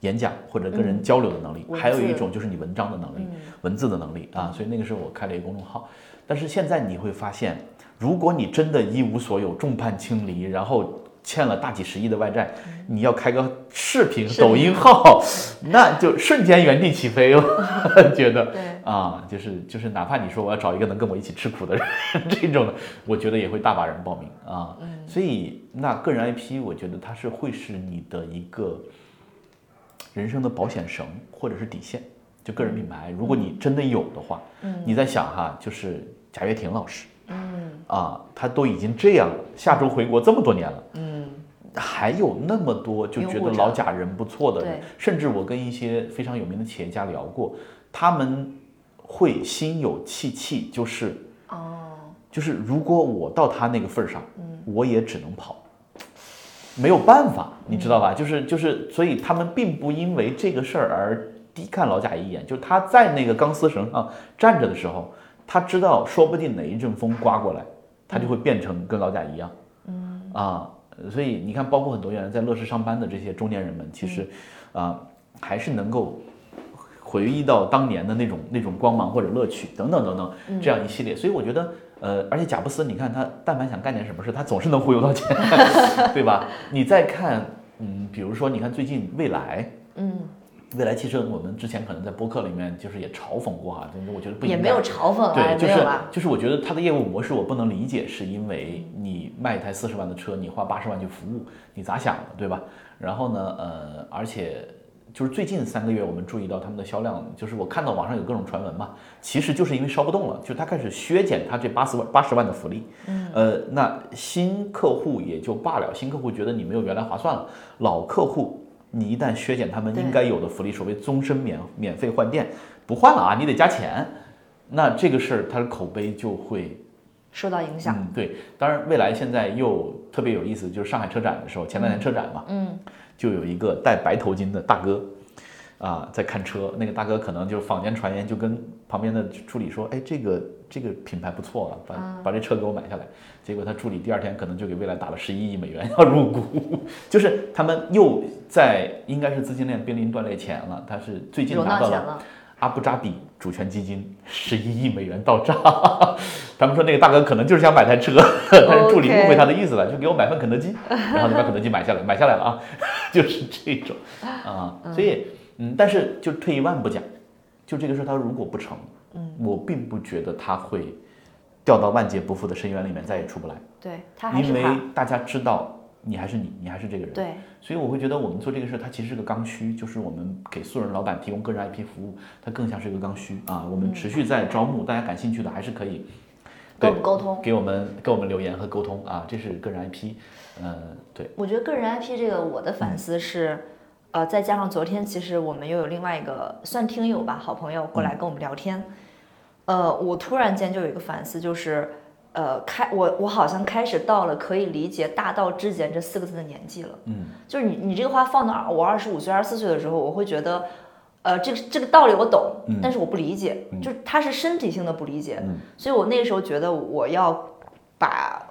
Speaker 1: 演讲或者跟人交流的能力，
Speaker 2: 嗯文
Speaker 1: 还有一
Speaker 2: 字嗯
Speaker 1: 种就是你文章的能力、文字的能力啊。所以那个时候我开了一个公众号，但是现在你会发现，如果你真的一无所有、众叛亲离，然后欠了大几十亿的外债，你要开个视频
Speaker 2: 嗯视频
Speaker 1: 抖音号， 那就瞬间原地起飞，我 觉得。
Speaker 2: 对，
Speaker 1: 啊，就是就是，哪怕你说我要找一个能跟我一起吃苦的人， 这种的，我觉得也会大把人报名啊。
Speaker 2: 嗯
Speaker 1: 所以那个人 IP，我觉得它是会是你的一个人生的保险绳或者是底线。就个人品牌，如果
Speaker 2: 嗯
Speaker 1: 你真的有的话，你在想哈，就是贾跃亭老师，
Speaker 2: 嗯
Speaker 1: 啊，他都已经这样了，下周回国这么多年了，
Speaker 2: 嗯，
Speaker 1: 还有那么多就觉
Speaker 2: 拥护
Speaker 1: 得
Speaker 2: 者
Speaker 1: 老贾人不错的人
Speaker 2: 对，
Speaker 1: 甚至我跟一些非常有名的企业家聊过，他们会心有戚戚，就是
Speaker 2: 哦，嗯
Speaker 1: 就是如果我到他那个份儿上，我也只能跑，没有办法，
Speaker 2: 嗯
Speaker 1: 你知道吧？就是就是，所以他们并不因为这个事儿而低看老贾一眼，就是他在那个钢丝绳上站着的时候，他知道说不定哪一阵风刮过来，他就会变成跟老贾一样，嗯啊，所以你看，包括很多原来在乐视上班的这些中年人们，其实
Speaker 2: 嗯
Speaker 1: 啊、还是能够回忆到当年的那种那种光芒或者乐趣等等等
Speaker 2: 嗯
Speaker 1: 等这样一系列。所以我觉得，呃，而且贾布斯，你看他但凡想干点什么事，他总是能忽悠到 钱，对吧？你再看，嗯，比如说你看最近蔚来，
Speaker 2: 嗯，
Speaker 1: 未来汽车，我们之前可能在播客里面就是也嘲讽过哈、但是我觉得不应
Speaker 2: 也
Speaker 1: 该
Speaker 2: 没有嘲讽啊，
Speaker 1: 对，
Speaker 2: 也
Speaker 1: 就
Speaker 2: 没有
Speaker 1: 是
Speaker 2: 啊，
Speaker 1: 就是我觉得它的业务模式我不能理解，是因为你卖一台四十万的车，你花八十万去服务，你咋想的，对吧？然后呢，呃，而且就是最近三个月我们注意到他们的销量，就是我看到网上有各种传闻嘛，其实就是因为烧不动了，就是它开始削减它这八十万八十万的福利，嗯，呃，那新客户也就罢了，新客户觉得你没有原来划算了，老客户。你一旦削减他们
Speaker 2: 对
Speaker 1: 应该有的福利，所谓终身免免费换电，不换了啊，你得加钱。那这个事儿它的口碑就会
Speaker 2: 受到影响。
Speaker 1: 嗯，对。当然，未来现在又特别有意思，就是上海车展的时候，前两年车展嘛，
Speaker 2: 嗯，
Speaker 1: 就有一个戴白头巾的大哥啊、在看车。那个大哥可能就是坊间传言，就跟旁边的助理说：“哎，这个这个品牌不错啊，把把这车给我买下来。”结果他助理第二天可能就给蔚来打了十一亿美元要入股， 就是他们又在应该是资金链濒临断裂前了，他是最近
Speaker 2: 有
Speaker 1: 拿
Speaker 2: 纳
Speaker 1: 到
Speaker 2: 钱
Speaker 1: 了
Speaker 2: 了，
Speaker 1: 阿布扎比主权基金十一亿美元到账， 他们说那个大哥可能就是想买台车， 但是助理
Speaker 2: OK
Speaker 1: 误会他的意思了，就给我买份肯德 基，然后就把肯德基买下来，买下来了啊， 就是这种啊，所以嗯，但是就退一万步讲，就这个事儿他如果不成，嗯，我并不觉得他会掉到万劫不复的深渊里面再也出不来，
Speaker 2: 对他还
Speaker 1: 因
Speaker 2: 是
Speaker 1: 为
Speaker 2: 怕，
Speaker 1: 大家知道你还是你，你还是这个人，
Speaker 2: 对
Speaker 1: 所以我会觉得我们做这个事，它其实是个刚需，就是我们给素人老板提供个人 IP 服务，它更像是一个刚需啊。我们持续在招募，大家感兴趣的还是可以
Speaker 2: 沟
Speaker 1: 对
Speaker 2: 不沟通。
Speaker 1: 给我们给我们留言和沟通啊，这是个人 IP。呃，对，
Speaker 2: 我觉得个人 IP 这个，我的反思是，呃，再加上昨天其实我们又有另外一个算听友吧，好朋友过来跟我们聊天，呃，我突然间就有一个反思，就是，呃，开我我好像开始到了可以理解“大道至简”这四个字的年纪了。
Speaker 1: 嗯，
Speaker 2: 就是你你这个话放到我二十五岁、二十四岁的时候，我会觉得，呃，这个这个道理我懂，但是我不理解，就是它是身体性的不理解，所以我那个时候觉得我要把。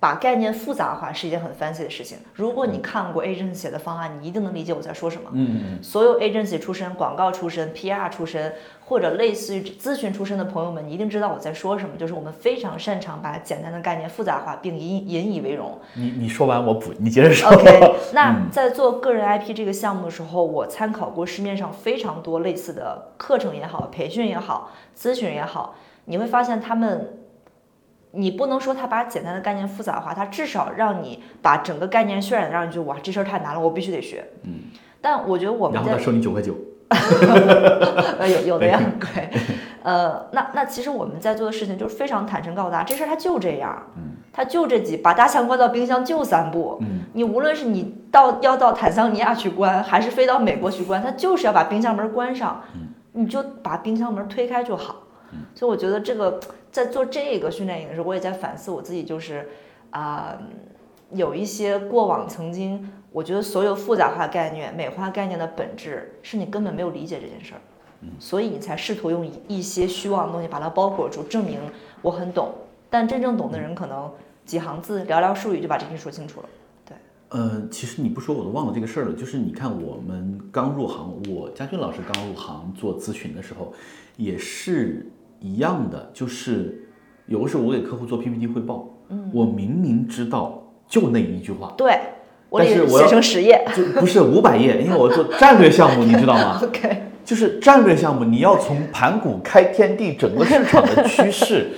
Speaker 2: 把概念复杂化是一件很 fancy 的事情。如果你看过 agency 写的方案，你一定能理解我在说什么。
Speaker 1: 嗯
Speaker 2: 所有 agency 出身、广告出身、PR 出身或者类似于咨询出身的朋友们，你一定知道我在说什么。就是我们非常擅长把简单的概念复杂化，并引引以为荣。
Speaker 1: 你你说完我补，你接着说。
Speaker 2: OK，那
Speaker 1: 嗯
Speaker 2: 在做个人 IP 这个项目的时候，我参考过市面上非常多类似的课程也好、培训也好、咨询也好，你会发现他们，你不能说他把简单的概念复杂化，他至少让你把整个概念渲染得让你觉得哇，这事儿太难了，我必须得学。嗯。但我觉得我们
Speaker 1: 然后
Speaker 2: 在
Speaker 1: 他收你九块九，
Speaker 2: 呃，有有的也很贵。 呃，那那其实我们在做的事情就是非常坦诚告诉大家，这事儿它就这样，嗯，它就这几，把大象关到冰箱就三步，
Speaker 1: 嗯，
Speaker 2: 你无论是你到要到坦桑尼亚去关，还是飞到美国去关，它就是要把冰箱门关上，嗯，你就把冰箱门推开就好。所以我觉得这个在做这个训练营的时候，我也在反思我自己，就是啊、有一些过往曾经。我觉得所有复杂化概念、美化概念的本质，是你根本没有理解这件事儿。所以你才试图用一一些虚妄的东西把它包裹住，证明我很懂。但真正懂的人，可能几行字、寥寥数语就把这件事说清楚了。
Speaker 1: 呃，其实你不说我都忘了这个事儿了。就是你看，我们刚入行，我家军老师刚入行做咨询的时候，也是一样的，就是有的时候我给客户做 PPT 汇报，嗯，我明明知道就那一句话，
Speaker 2: 对，我
Speaker 1: 但是
Speaker 2: 得
Speaker 1: 我要
Speaker 2: 写成十 页。
Speaker 1: 就不是五百页，因为我做战略项目，你知道吗？
Speaker 2: OK，
Speaker 1: 就是战略项目，你要从盘古开天地、整个市场的趋势、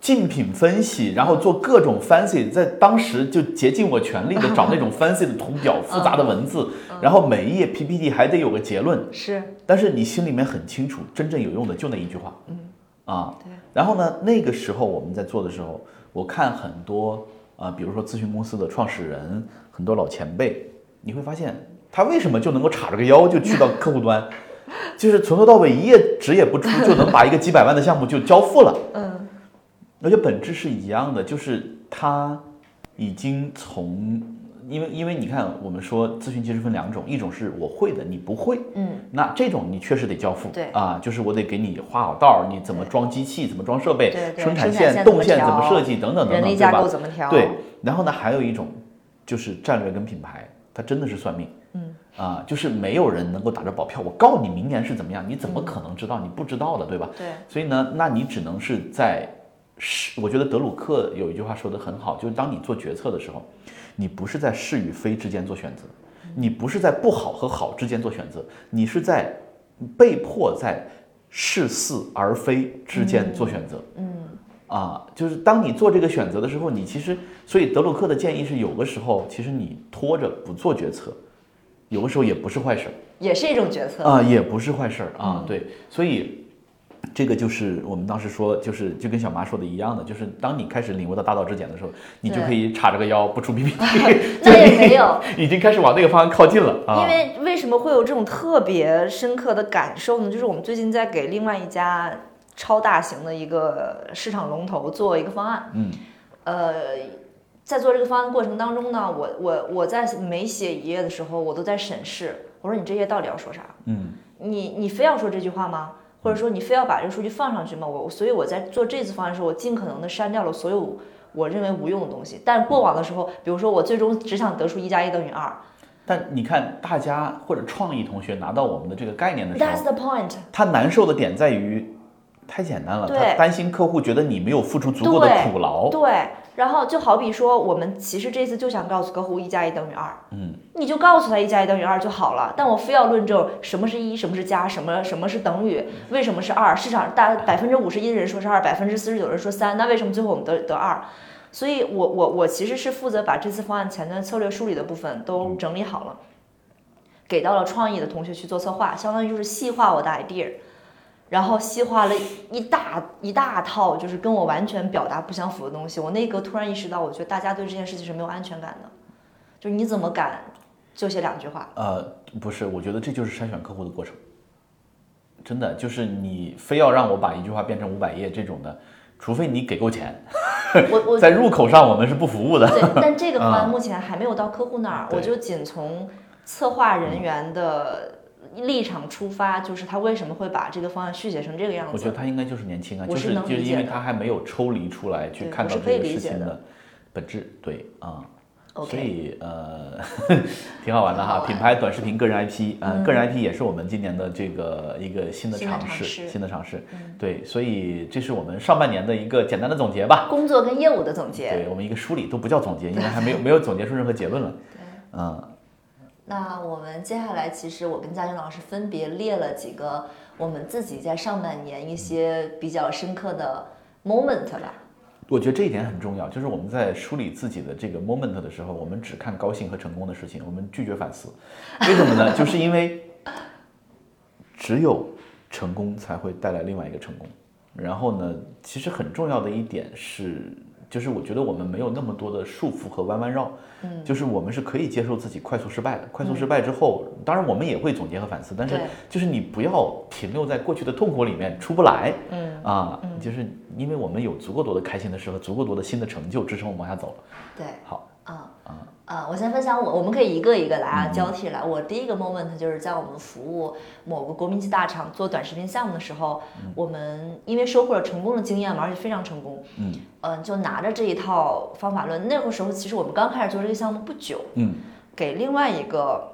Speaker 1: 竞品分析，然后做各种 fancy，在当时就竭尽我全力的找那种 fancy 的图表、复杂的文字，然后每一页 PPT 还得有个结论，
Speaker 2: 是
Speaker 1: 但是你心里面很清楚，真正有用的就那一句话。嗯，啊，
Speaker 2: 对。
Speaker 1: 然后呢，那个时候我们在做的时候，我看很多啊、呃比如说咨询公司的创始人，很多老前辈，你会发现他为什么就能够叉着个腰就去到客户端，就是从头到尾一页纸也不出，就能把一个几百万的项目就交付了。
Speaker 2: 嗯，
Speaker 1: 而且本质是一样的，就是他已经从，因为因为你看，我们说咨询其实分两种，一种是我会的，你不会，
Speaker 2: 嗯，
Speaker 1: 那这种你确实得交付，
Speaker 2: 对
Speaker 1: 啊，就是我得给你画好道儿，你怎么装机器，怎么装设备
Speaker 2: 对，对
Speaker 1: 生产
Speaker 2: 生产
Speaker 1: 线、
Speaker 2: 线
Speaker 1: 动线
Speaker 2: 怎
Speaker 1: 怎么
Speaker 2: 么调
Speaker 1: 设计等等等
Speaker 2: 人
Speaker 1: 等，
Speaker 2: 力
Speaker 1: 对
Speaker 2: 架
Speaker 1: 吧
Speaker 2: 构？怎么调？
Speaker 1: 对，然后呢，还有一种就是战略跟品牌，它真的是算命。
Speaker 2: 嗯
Speaker 1: 啊，就是没有人能够打着保票，我告你明年是怎么样，你怎么
Speaker 2: 嗯
Speaker 1: 可能知道？你不知道的，对吧？
Speaker 2: 对
Speaker 1: 所以呢，那你只能是在是，我觉得德鲁克有一句话说得很好，就是当你做决策的时候，你不是在是与非之间做选择，你不是在不好和好之间做选择，你是在被迫在是是而非之间做选择。嗯，啊，就是当你做这个选择的时候，你其实，所以德鲁克的建议是，有的时候其实你拖着不做决策，有的时候也不是坏事儿。
Speaker 2: 也是一种决策。
Speaker 1: 啊，也不是坏事儿啊，
Speaker 2: 嗯
Speaker 1: 对，所以这个就是我们当时说，就是就跟小妈说的一样的，就是当你开始领悟到大道至简的时候，你就
Speaker 2: 对
Speaker 1: 可以叉着个腰不出 PPT，就
Speaker 2: 那也没有，
Speaker 1: 已经开始往那个方向靠近了啊。
Speaker 2: 因为为什么会有这种特别深刻的感受呢？就是我们最近在给另外一家超大型的一个市场龙头做一个方案，
Speaker 1: 嗯，
Speaker 2: 呃，在做这个方案的过程当中呢，我我我在每写一页的时候，我都在审视，我说你这页到底要说啥？
Speaker 1: 嗯，
Speaker 2: 你你非要说这句话吗？或者说你非要把这个数据放上去吗？我所以我在做这次方案的时候，我尽可能的删掉了所有我认为无用的东西。但过往的时候，比如说我最终只想得出一加一等于二
Speaker 1: 但你看大家或者创意同学拿到我们的这个概念的时
Speaker 2: ，That's
Speaker 1: 候，
Speaker 2: the point。
Speaker 1: 他难受的点在于太简单了，
Speaker 2: 对
Speaker 1: 他担心客户觉得你没有付出足够的
Speaker 2: 对
Speaker 1: 苦劳。
Speaker 2: 对，然后就好比说，我们其实这次就想告诉客户一加一等于二，
Speaker 1: 嗯，
Speaker 2: 你就告诉他一加一等于二就好了。但我非要论证什么是一，什么是加，什么什么是等于，为什么是二？市场大百分之五十一的人说是二，百分之四十九人说三，那为什么最后我们得得二？所以我我我其实是负责把这次方案前端策略梳理的部分都整理好了，给到了创意的同学去做策划，相当于就是细化我的 idea。然后细化了一大一大套，就是跟我完全表达不相符的东西。我那一刻突然意识到，我觉得大家对这件事情是没有安全感的，就是你怎么敢就写两 句话？
Speaker 1: 呃，不是，我觉得这就是筛选客户的过程。真的，就是你非要让我把一句话变成五百页这种的，除非你给够钱，
Speaker 2: 我我
Speaker 1: 在入口上我们是不服务的。
Speaker 2: 对，但这个方
Speaker 1: 啊
Speaker 2: 案目前还没有到客户那儿，
Speaker 1: 对
Speaker 2: 我就仅从策划人员的立场出发，就是他为什么会把这个方案续写成这个样
Speaker 1: 我觉得
Speaker 2: 子？
Speaker 1: 他应该就是年轻啊，
Speaker 2: 我
Speaker 1: 就是是
Speaker 2: 能
Speaker 1: 就是
Speaker 2: 理
Speaker 1: 因为
Speaker 2: 解的
Speaker 1: 他还没有抽离出来去
Speaker 2: 对
Speaker 1: 看
Speaker 2: 我
Speaker 1: 到
Speaker 2: 是可以
Speaker 1: 这个
Speaker 2: 理
Speaker 1: 事
Speaker 2: 解
Speaker 1: 情
Speaker 2: 的
Speaker 1: 的本质。对啊。所
Speaker 2: OK，
Speaker 1: 以呃， 挺好玩的
Speaker 2: 挺
Speaker 1: 哈
Speaker 2: 好，玩嗯
Speaker 1: 品牌短视频个人 IP，呃，个人 IP 也是我们今年的这个一个新的
Speaker 2: 新的
Speaker 1: 尝
Speaker 2: 尝
Speaker 1: 试，
Speaker 2: 试嗯
Speaker 1: 新的尝试。对，所以这是我们上半年的一个简单的总结吧。
Speaker 2: 工作跟业务的总结。
Speaker 1: 对我们一个梳理都不叫总结，因为还没有没有总结出任何结论来。嗯，
Speaker 2: 那我们接下来，其实我跟嘉俊老师分别列了几个我们自己在上半年一些比较深刻的 moment 吧。
Speaker 1: 我觉得这一点很重要，就是我们在梳理自己的这个 moment 的时候，我们只看高兴和成功的事情，我们拒绝反思。 为什么呢？就是因为只有成功才会带来另外一个成功。然后呢，其实很重要的一点是，就是我觉得我们没有那么多的束缚和弯弯绕，嗯，就是我们是可以接受自己快速失败的。快速失败之后，当然我们也会总结和反思，但是
Speaker 2: 对
Speaker 1: 就是你不要停留在过去的痛苦里面出不来，嗯啊，就是因为我们有足够多的开心的时候，足够多的新的成就支撑我们往下走了。
Speaker 2: 对，
Speaker 1: 好，
Speaker 2: 啊啊！我先分享我，我们可以一个一个来啊，交替来。我第一个 moment 就是在我们服务某个国民级大厂做短视频项目的时候，我们因为收获了成功的经验嘛，而且非常成功，
Speaker 1: 嗯
Speaker 2: 嗯，就拿着这一套方法论。那个时候其实我们刚开始做这个项目不久，
Speaker 1: 嗯
Speaker 2: 给另外一个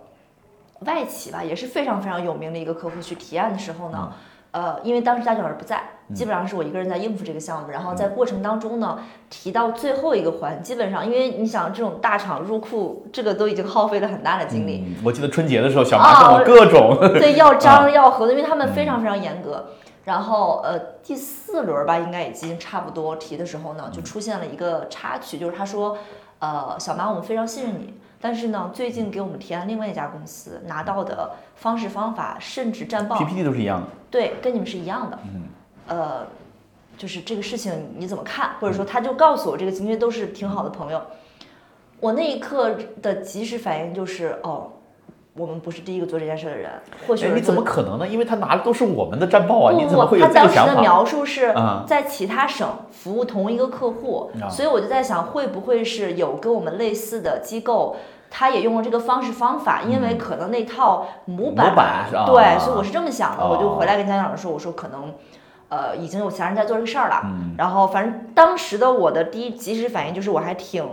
Speaker 2: 外企吧，也是非常非常有名的一个客户去提案的时候呢，呃，因为当时家俊老师不在，基本上是我一个人在应付这个项目。然后在过程当中呢，提到最后一个环，基本上因为你想这种大厂入库，这个都已经耗费了很大的精力，
Speaker 1: 嗯，我记得春节的时候，小麻送我各种，
Speaker 2: 对，要章要合同，因为他们非常非常严格。然后呃，第四轮吧，应该已经差不多提的时候呢，就出现了一个插曲，就是他说，呃，小马，我们非常信任你，但是呢，最近给我们提案另外一家公司拿到的方式方法，甚至战报
Speaker 1: PPT 都是一样的。
Speaker 2: 对，跟你们是一样的。呃，就是这个事情你怎么看？或者说，他就告诉我这个情绪都是挺好的朋友。我那一刻的及时反应就是，哦，我们不是第一个做这件事的人，或许
Speaker 1: 哎
Speaker 2: 有，
Speaker 1: 你
Speaker 2: 人
Speaker 1: 怎么
Speaker 2: 做。
Speaker 1: 可能呢？因为他拿的都是我们的战报啊，
Speaker 2: 不
Speaker 1: 你怎么
Speaker 2: 不
Speaker 1: 会
Speaker 2: 不，
Speaker 1: 有
Speaker 2: 他
Speaker 1: 这个
Speaker 2: 当时
Speaker 1: 想
Speaker 2: 的
Speaker 1: 法？
Speaker 2: 描述是
Speaker 1: 啊
Speaker 2: 在其他省服务同一个客户，
Speaker 1: 啊
Speaker 2: 所以我就在想，会不会是有跟我们类似的机构，他也用了这个方式方法，因为可能那套模
Speaker 1: 嗯
Speaker 2: 板
Speaker 1: 模板是啊
Speaker 2: 对，所以我是这么想的，我就
Speaker 1: 哦
Speaker 2: 回来跟家长说，我说可能。呃，已经有其他人在做这个事儿了。
Speaker 1: 嗯
Speaker 2: 然后，反正当时的我的第一及时反应就是，我还挺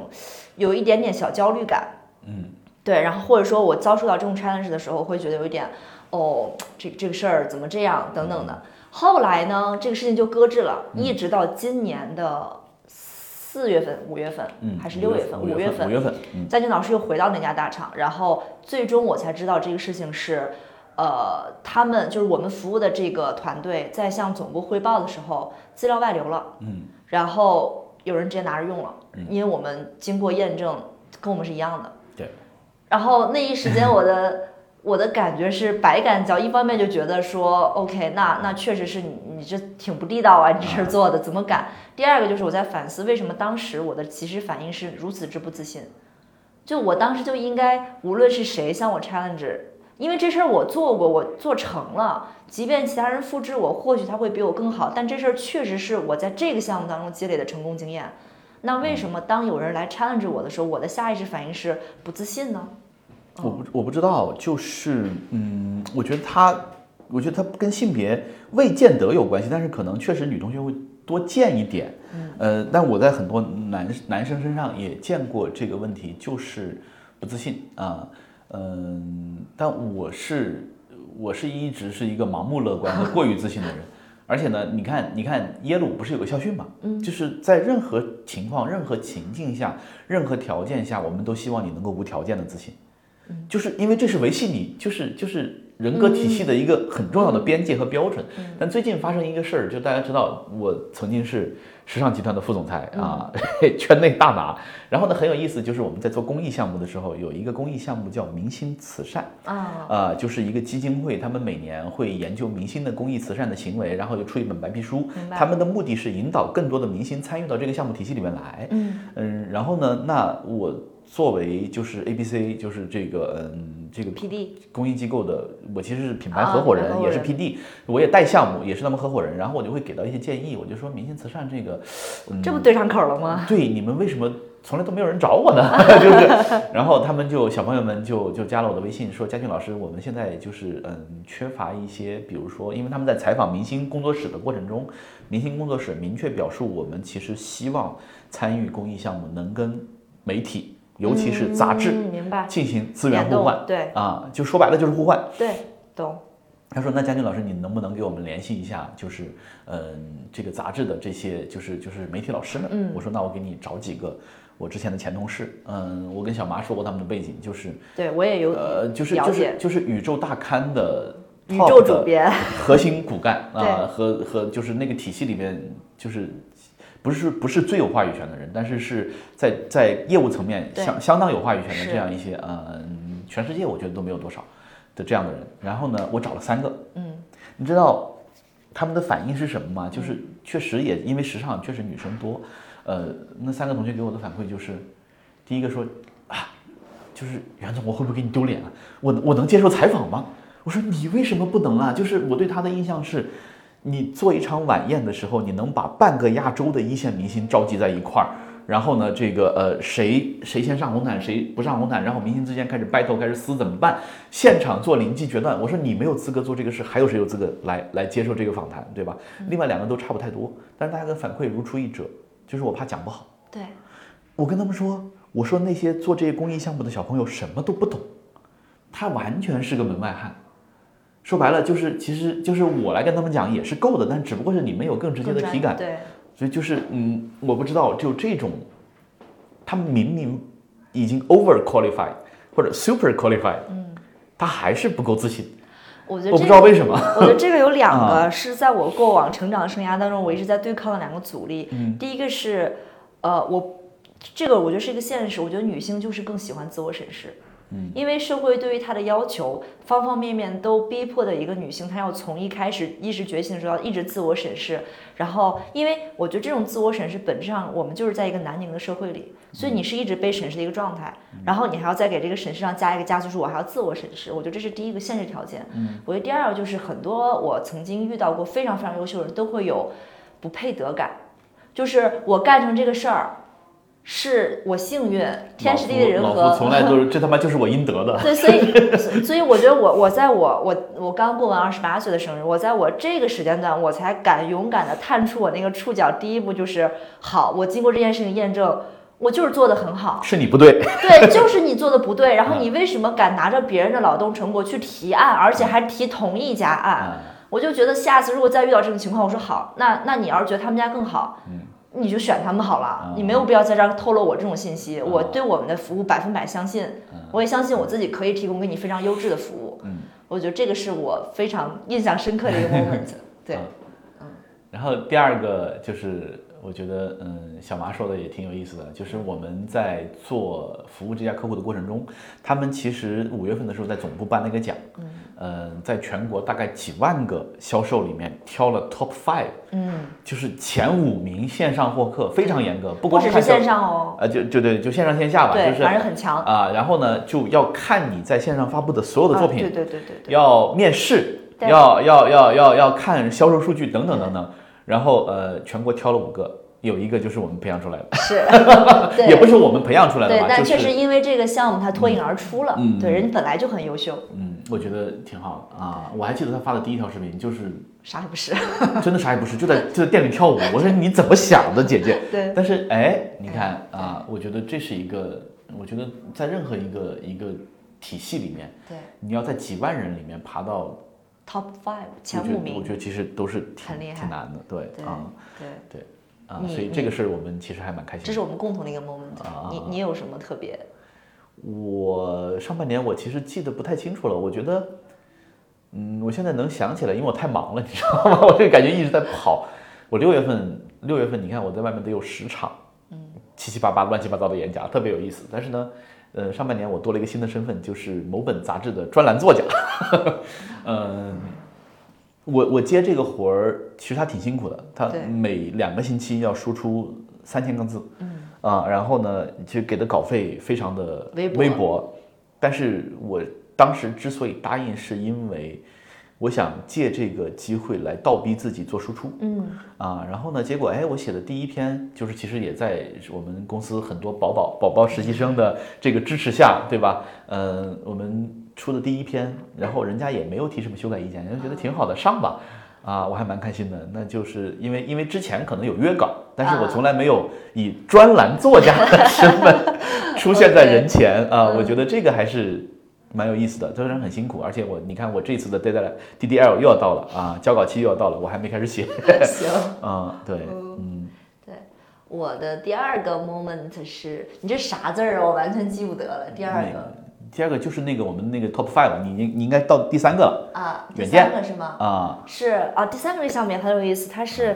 Speaker 2: 有一点点小焦虑感。嗯，对。然后或者说我遭受到这种 challenge 的时候，会觉得有一点，哦，这这个事儿怎么这样等
Speaker 1: 嗯
Speaker 2: 等的。后来呢，这个事情就搁置了，一直到今年的。四月份、五月份，
Speaker 1: 嗯，
Speaker 2: 还是六月份、
Speaker 1: 五
Speaker 2: 月
Speaker 1: 份，五月份，嗯，
Speaker 2: 在俊老师又回到那家大厂，然后最终我才知道这个事情是，呃，他们就是我们服务的这个团队在向总部汇报的时候，资料外流了，
Speaker 1: 嗯，
Speaker 2: 然后有人直接拿着用了，因为我们经过验证，跟我们是一样的。
Speaker 1: 对。
Speaker 2: 然后那一时间我的我的感觉是百感交，一方面就觉得说，OK，那那确实是你你这挺不地道啊，你这事儿做的怎么敢？第二个就是我在反思，为什么当时我的及时反应是如此之不自信？就我当时就应该，无论是谁向我 challenge，因为这事儿我做过，我做成了，即便其他人复制我，或许他会比我更好，但这事儿确实是我在这个项目当中积累的成功经验。那为什么当有人来 challenge 我的时候，我的下意识反应是不自信呢？
Speaker 1: 我不我不知道，就是嗯，我觉得他，我觉得他跟性别未见得有关系，但是可能确实女同学会多见一点。呃，但我在很多男男生身上也见过这个问题，就是不自信啊。嗯、但我是我是一直是一个盲目乐观和过于自信的人。而且呢，你看，你看耶鲁不是有个校训嘛？嗯，就是在任何情况、任何情境下、任何条件下，我们都希望你能够无条件的自信。就是因为这是维系你，就是就是人格体系的一
Speaker 2: 嗯
Speaker 1: 个很重要的边界和标准。但最近发生一个事儿，就大家知道，我曾经是时尚集团的副总裁
Speaker 2: 嗯
Speaker 1: 啊， 圈内大拿。然后呢，很有意思，就是我们在做公益项目的时候，有一个公益项目叫明星慈善。
Speaker 2: 啊，
Speaker 1: 呃，就是一个基金会，他们每年会研究明星的公益慈善的行为，然后就出一本白皮书
Speaker 2: 明。白
Speaker 1: 他们的目的是引导更多的明星参与到这个项目体系里面来。
Speaker 2: 嗯
Speaker 1: 嗯，然后呢，那我作为就是 ABC，就是这个嗯这个
Speaker 2: PD
Speaker 1: 公益机构的，我其实是品牌
Speaker 2: 啊
Speaker 1: 合伙人，
Speaker 2: 合伙
Speaker 1: 也是
Speaker 2: 人
Speaker 1: PD，我也带项目，也是他们合伙人。然后我就会给到一些建议，我就说明星慈善这个，嗯，
Speaker 2: 这不对上口了吗？
Speaker 1: 对，你们为什么从来都没有人找 我呢？就是，然后他们就小朋友们就就加了我的微信，说佳俊老师，我们现在就是嗯缺乏一些，比如说，因为他们在采访明星工作室的过程中，明星工作室明确表述，我们其实希望参与公益项目能跟媒体，尤其是杂志、
Speaker 2: 嗯、明白，
Speaker 1: 进行资源
Speaker 2: 联
Speaker 1: 互
Speaker 2: 动
Speaker 1: 换
Speaker 2: 对
Speaker 1: 啊，就说白了就是互换。
Speaker 2: 对，懂，
Speaker 1: 他说：“那佳俊老师，你能不能给我们联系一下，就是嗯、这个杂志的这些，就是就是媒体老师们？”
Speaker 2: 嗯
Speaker 1: 我说：“那我给你找几个我之前的前同事。嗯，我跟小麻说过他们的背景，就是
Speaker 2: 对我也有
Speaker 1: 呃，就是
Speaker 2: 了
Speaker 1: 就是
Speaker 2: 解
Speaker 1: 就是宇宙大刊的
Speaker 2: 宇
Speaker 1: top
Speaker 2: 宙
Speaker 1: 的
Speaker 2: 主编，
Speaker 1: 核心骨干啊、
Speaker 2: 对
Speaker 1: 和和就是那个体系里面，就是不是不是最有话语权的人，但是是在在业务层面
Speaker 2: 对
Speaker 1: 相相当有话语权的
Speaker 2: 是
Speaker 1: 这样一些，嗯，全世界我觉得都没有多少的这样的人。然后呢，我找了三个，
Speaker 2: 嗯，
Speaker 1: 你知道他们的反应是什么吗？就是确实也因为时尚确实女生多，呃，那三个同学给我的反馈就是，第一个说啊，就是袁总，我会不会给你丢脸啊？我我能接受采访吗？我说你为什么不能啊？就是我对他的印象是，你做一场晚宴的时候，你能把半个亚洲的一线明星召集在一块儿，然后呢，这个呃，谁谁先上红毯，谁不上红毯，然后明星之间开始 battle，开始撕怎么办？现场做临机决断。我说你没有资格做这个事，还有谁有资格来来接受这个访谈，对吧？另外两个都差不太多，但是大家的反馈如出一辙，就是我怕讲不好。
Speaker 2: 对，
Speaker 1: 我跟他们说，我说那些做这些公益项目的小朋友什么都不懂，他完全是个门外汉。说白了就是，其实就是我来跟他们讲也是够的，但只不过是你们有更直接的体感。
Speaker 2: 对，
Speaker 1: 所以就是，嗯，我不知道，就这种，他明明已经 over qualified 或者 super qualified，嗯，他还是不够自信，
Speaker 2: 我觉
Speaker 1: 我不
Speaker 2: 得这
Speaker 1: 知
Speaker 2: 个
Speaker 1: 道为什么。
Speaker 2: 我觉得这个有两个是在我过往成长生涯当中，我一直在对抗的两个阻力。第一个是，呃，我这个我觉得是一个现实，我觉得女性就是更喜欢自我审视。嗯，因为社会对于她的要求，方方面面都逼迫的一个女性，她要从一开始意识觉醒的时候，要一直自我审视。然后，因为我觉得这种自我审视本质上，我们就是在一个南宁的社会里，所以你是一直被审视的一个状态。
Speaker 1: 嗯
Speaker 2: 然后你还要再给这个审视上加一个加速数，我还要自我审视。我觉得这是第一个限制条件。
Speaker 1: 嗯
Speaker 2: 我觉得第二个就是很多我曾经遇到过非常非常优秀的人都会有不配得感，就是我干成这个事儿，是我幸运，天时地利人
Speaker 1: 老夫
Speaker 2: 和
Speaker 1: 老。夫从来都是，这他妈就是我应得 的。
Speaker 2: 对，所以所以我觉得我我在我我我刚过完二十八岁的生日，我在我这个时间段，我才敢勇敢的探出我那个触角。第一步就是好，我经过这件事情验证，我就是做的很好。
Speaker 1: 是你不对，
Speaker 2: 对，就是你做的不对。然后你为什么敢拿着别人的劳动成果去提案，而且还提同一家案？我就觉得下次如果再遇到这种情况，我说好，那那你要是觉得他们家更好，你就选他们好了
Speaker 1: 嗯，
Speaker 2: 你没有必要在这儿透露我这种信息。
Speaker 1: 嗯
Speaker 2: 我对我们的服务百分百相信，我也相信我自己可以提供给你非常优质的服务。
Speaker 1: 嗯，
Speaker 2: 我觉得这个是我非常印象深刻的 一个 moment。对
Speaker 1: 嗯，然后第二个就是，我觉得嗯，小麻说的也挺有意思的，就是我们在做服务这家客户的过程中，他们其实五月份的时候在总部办了一个奖，嗯、在全国大概几万个销售里面挑了 top five，
Speaker 2: 嗯，
Speaker 1: 就是前五名线上获客，非常严格，不
Speaker 2: 不
Speaker 1: 光
Speaker 2: 只是
Speaker 1: 看
Speaker 2: 线
Speaker 1: 销，
Speaker 2: 上哦，
Speaker 1: 呃，就就对，就线上线下吧，
Speaker 2: 对
Speaker 1: 就，是
Speaker 2: 反正
Speaker 1: 啊、
Speaker 2: 很强。
Speaker 1: 然后呢，就要看你在线上发布的所有的作品，
Speaker 2: 啊对对对 对对，
Speaker 1: 要面试，
Speaker 2: 对
Speaker 1: 要要要要要看销售数据等等等等。然后呃，全国挑了五个，有一个就是我们培养出来的，
Speaker 2: 是，
Speaker 1: 也不
Speaker 2: 对
Speaker 1: 是我们培养出来的
Speaker 2: 对，
Speaker 1: 吧，
Speaker 2: 但
Speaker 1: 就
Speaker 2: 确实
Speaker 1: 是
Speaker 2: 因为这个项目它脱颖而出了，
Speaker 1: 嗯
Speaker 2: 对，人本来就很优秀，
Speaker 1: 嗯，我觉得挺好啊。我还记得他发的第一条视频，就是
Speaker 2: 啥也不是，
Speaker 1: 真的啥也不是，就在就在店里跳舞。我说你怎么想的，姐姐？
Speaker 2: 对，嗯
Speaker 1: 但是哎，你看啊，我觉得这是一个，我觉得在任何一个一个体系里面，
Speaker 2: 对
Speaker 1: 你要在几万人里面爬到
Speaker 2: ，top five
Speaker 1: 我
Speaker 2: 前
Speaker 1: 觉得
Speaker 2: 五
Speaker 1: 我觉
Speaker 2: 名，
Speaker 1: 得其实都是挺
Speaker 2: 很厉害
Speaker 1: 挺难的，对
Speaker 2: 对
Speaker 1: 啊。
Speaker 2: 对，
Speaker 1: 啊，
Speaker 2: 你
Speaker 1: 所以这个事儿我们其实还蛮开心的。
Speaker 2: 这是我们共同的一个 moment
Speaker 1: 啊。
Speaker 2: 你你有什么特别？
Speaker 1: 我上半年我其实记得不太清楚了，我觉得，嗯，我现在能想起来，因为我太忙了，你知道吗？ 我这感觉一直在跑。我六月份，六月份你看我在外面得有十场，嗯，七七八八乱七八糟的演讲，特别有意思。但是呢，呃，上半年我多了一个新的身份，就是某本杂志的专栏作家。 嗯，我我接这个活儿，其实他挺辛苦的，他
Speaker 2: 对
Speaker 1: 每两个星期要输出三千个字，啊，然后呢，就给的稿费非常的
Speaker 2: 微薄
Speaker 1: 微薄，但是我当时之所以答应，是因为我想借这个机会来倒逼自己做输出
Speaker 2: 嗯，
Speaker 1: 啊。然后呢，结果哎，我写的第一篇就是其实也在我们公司很多宝宝宝宝实习生的这个支持下，对吧？嗯、我们出的第一篇，然后人家也没有提什么修改意见，人家觉得挺好的，上吧。啊，我还蛮开心的，那就是因为因为之前可能有约稿，但是我
Speaker 2: 啊
Speaker 1: 从来没有以专栏作家的身份出现在人前啊，我觉得这个还是蛮有意思的，虽然很辛苦，而且我你看我这次的 deadline DDL 又要到了啊，交稿期又要到了，我还没开始写
Speaker 2: 行。
Speaker 1: 啊，对，
Speaker 2: 哦
Speaker 1: 嗯，
Speaker 2: 我的第二个 moment 是你这啥字儿啊？我完全记不得了。第二
Speaker 1: 那
Speaker 2: 个
Speaker 1: 第二个就是那个我们那个 top five，了你你你应该到第三个了
Speaker 2: 啊，第
Speaker 1: 软
Speaker 2: 三个是吗？
Speaker 1: 啊，
Speaker 2: 是啊，第三个这个项目也很有意思，它是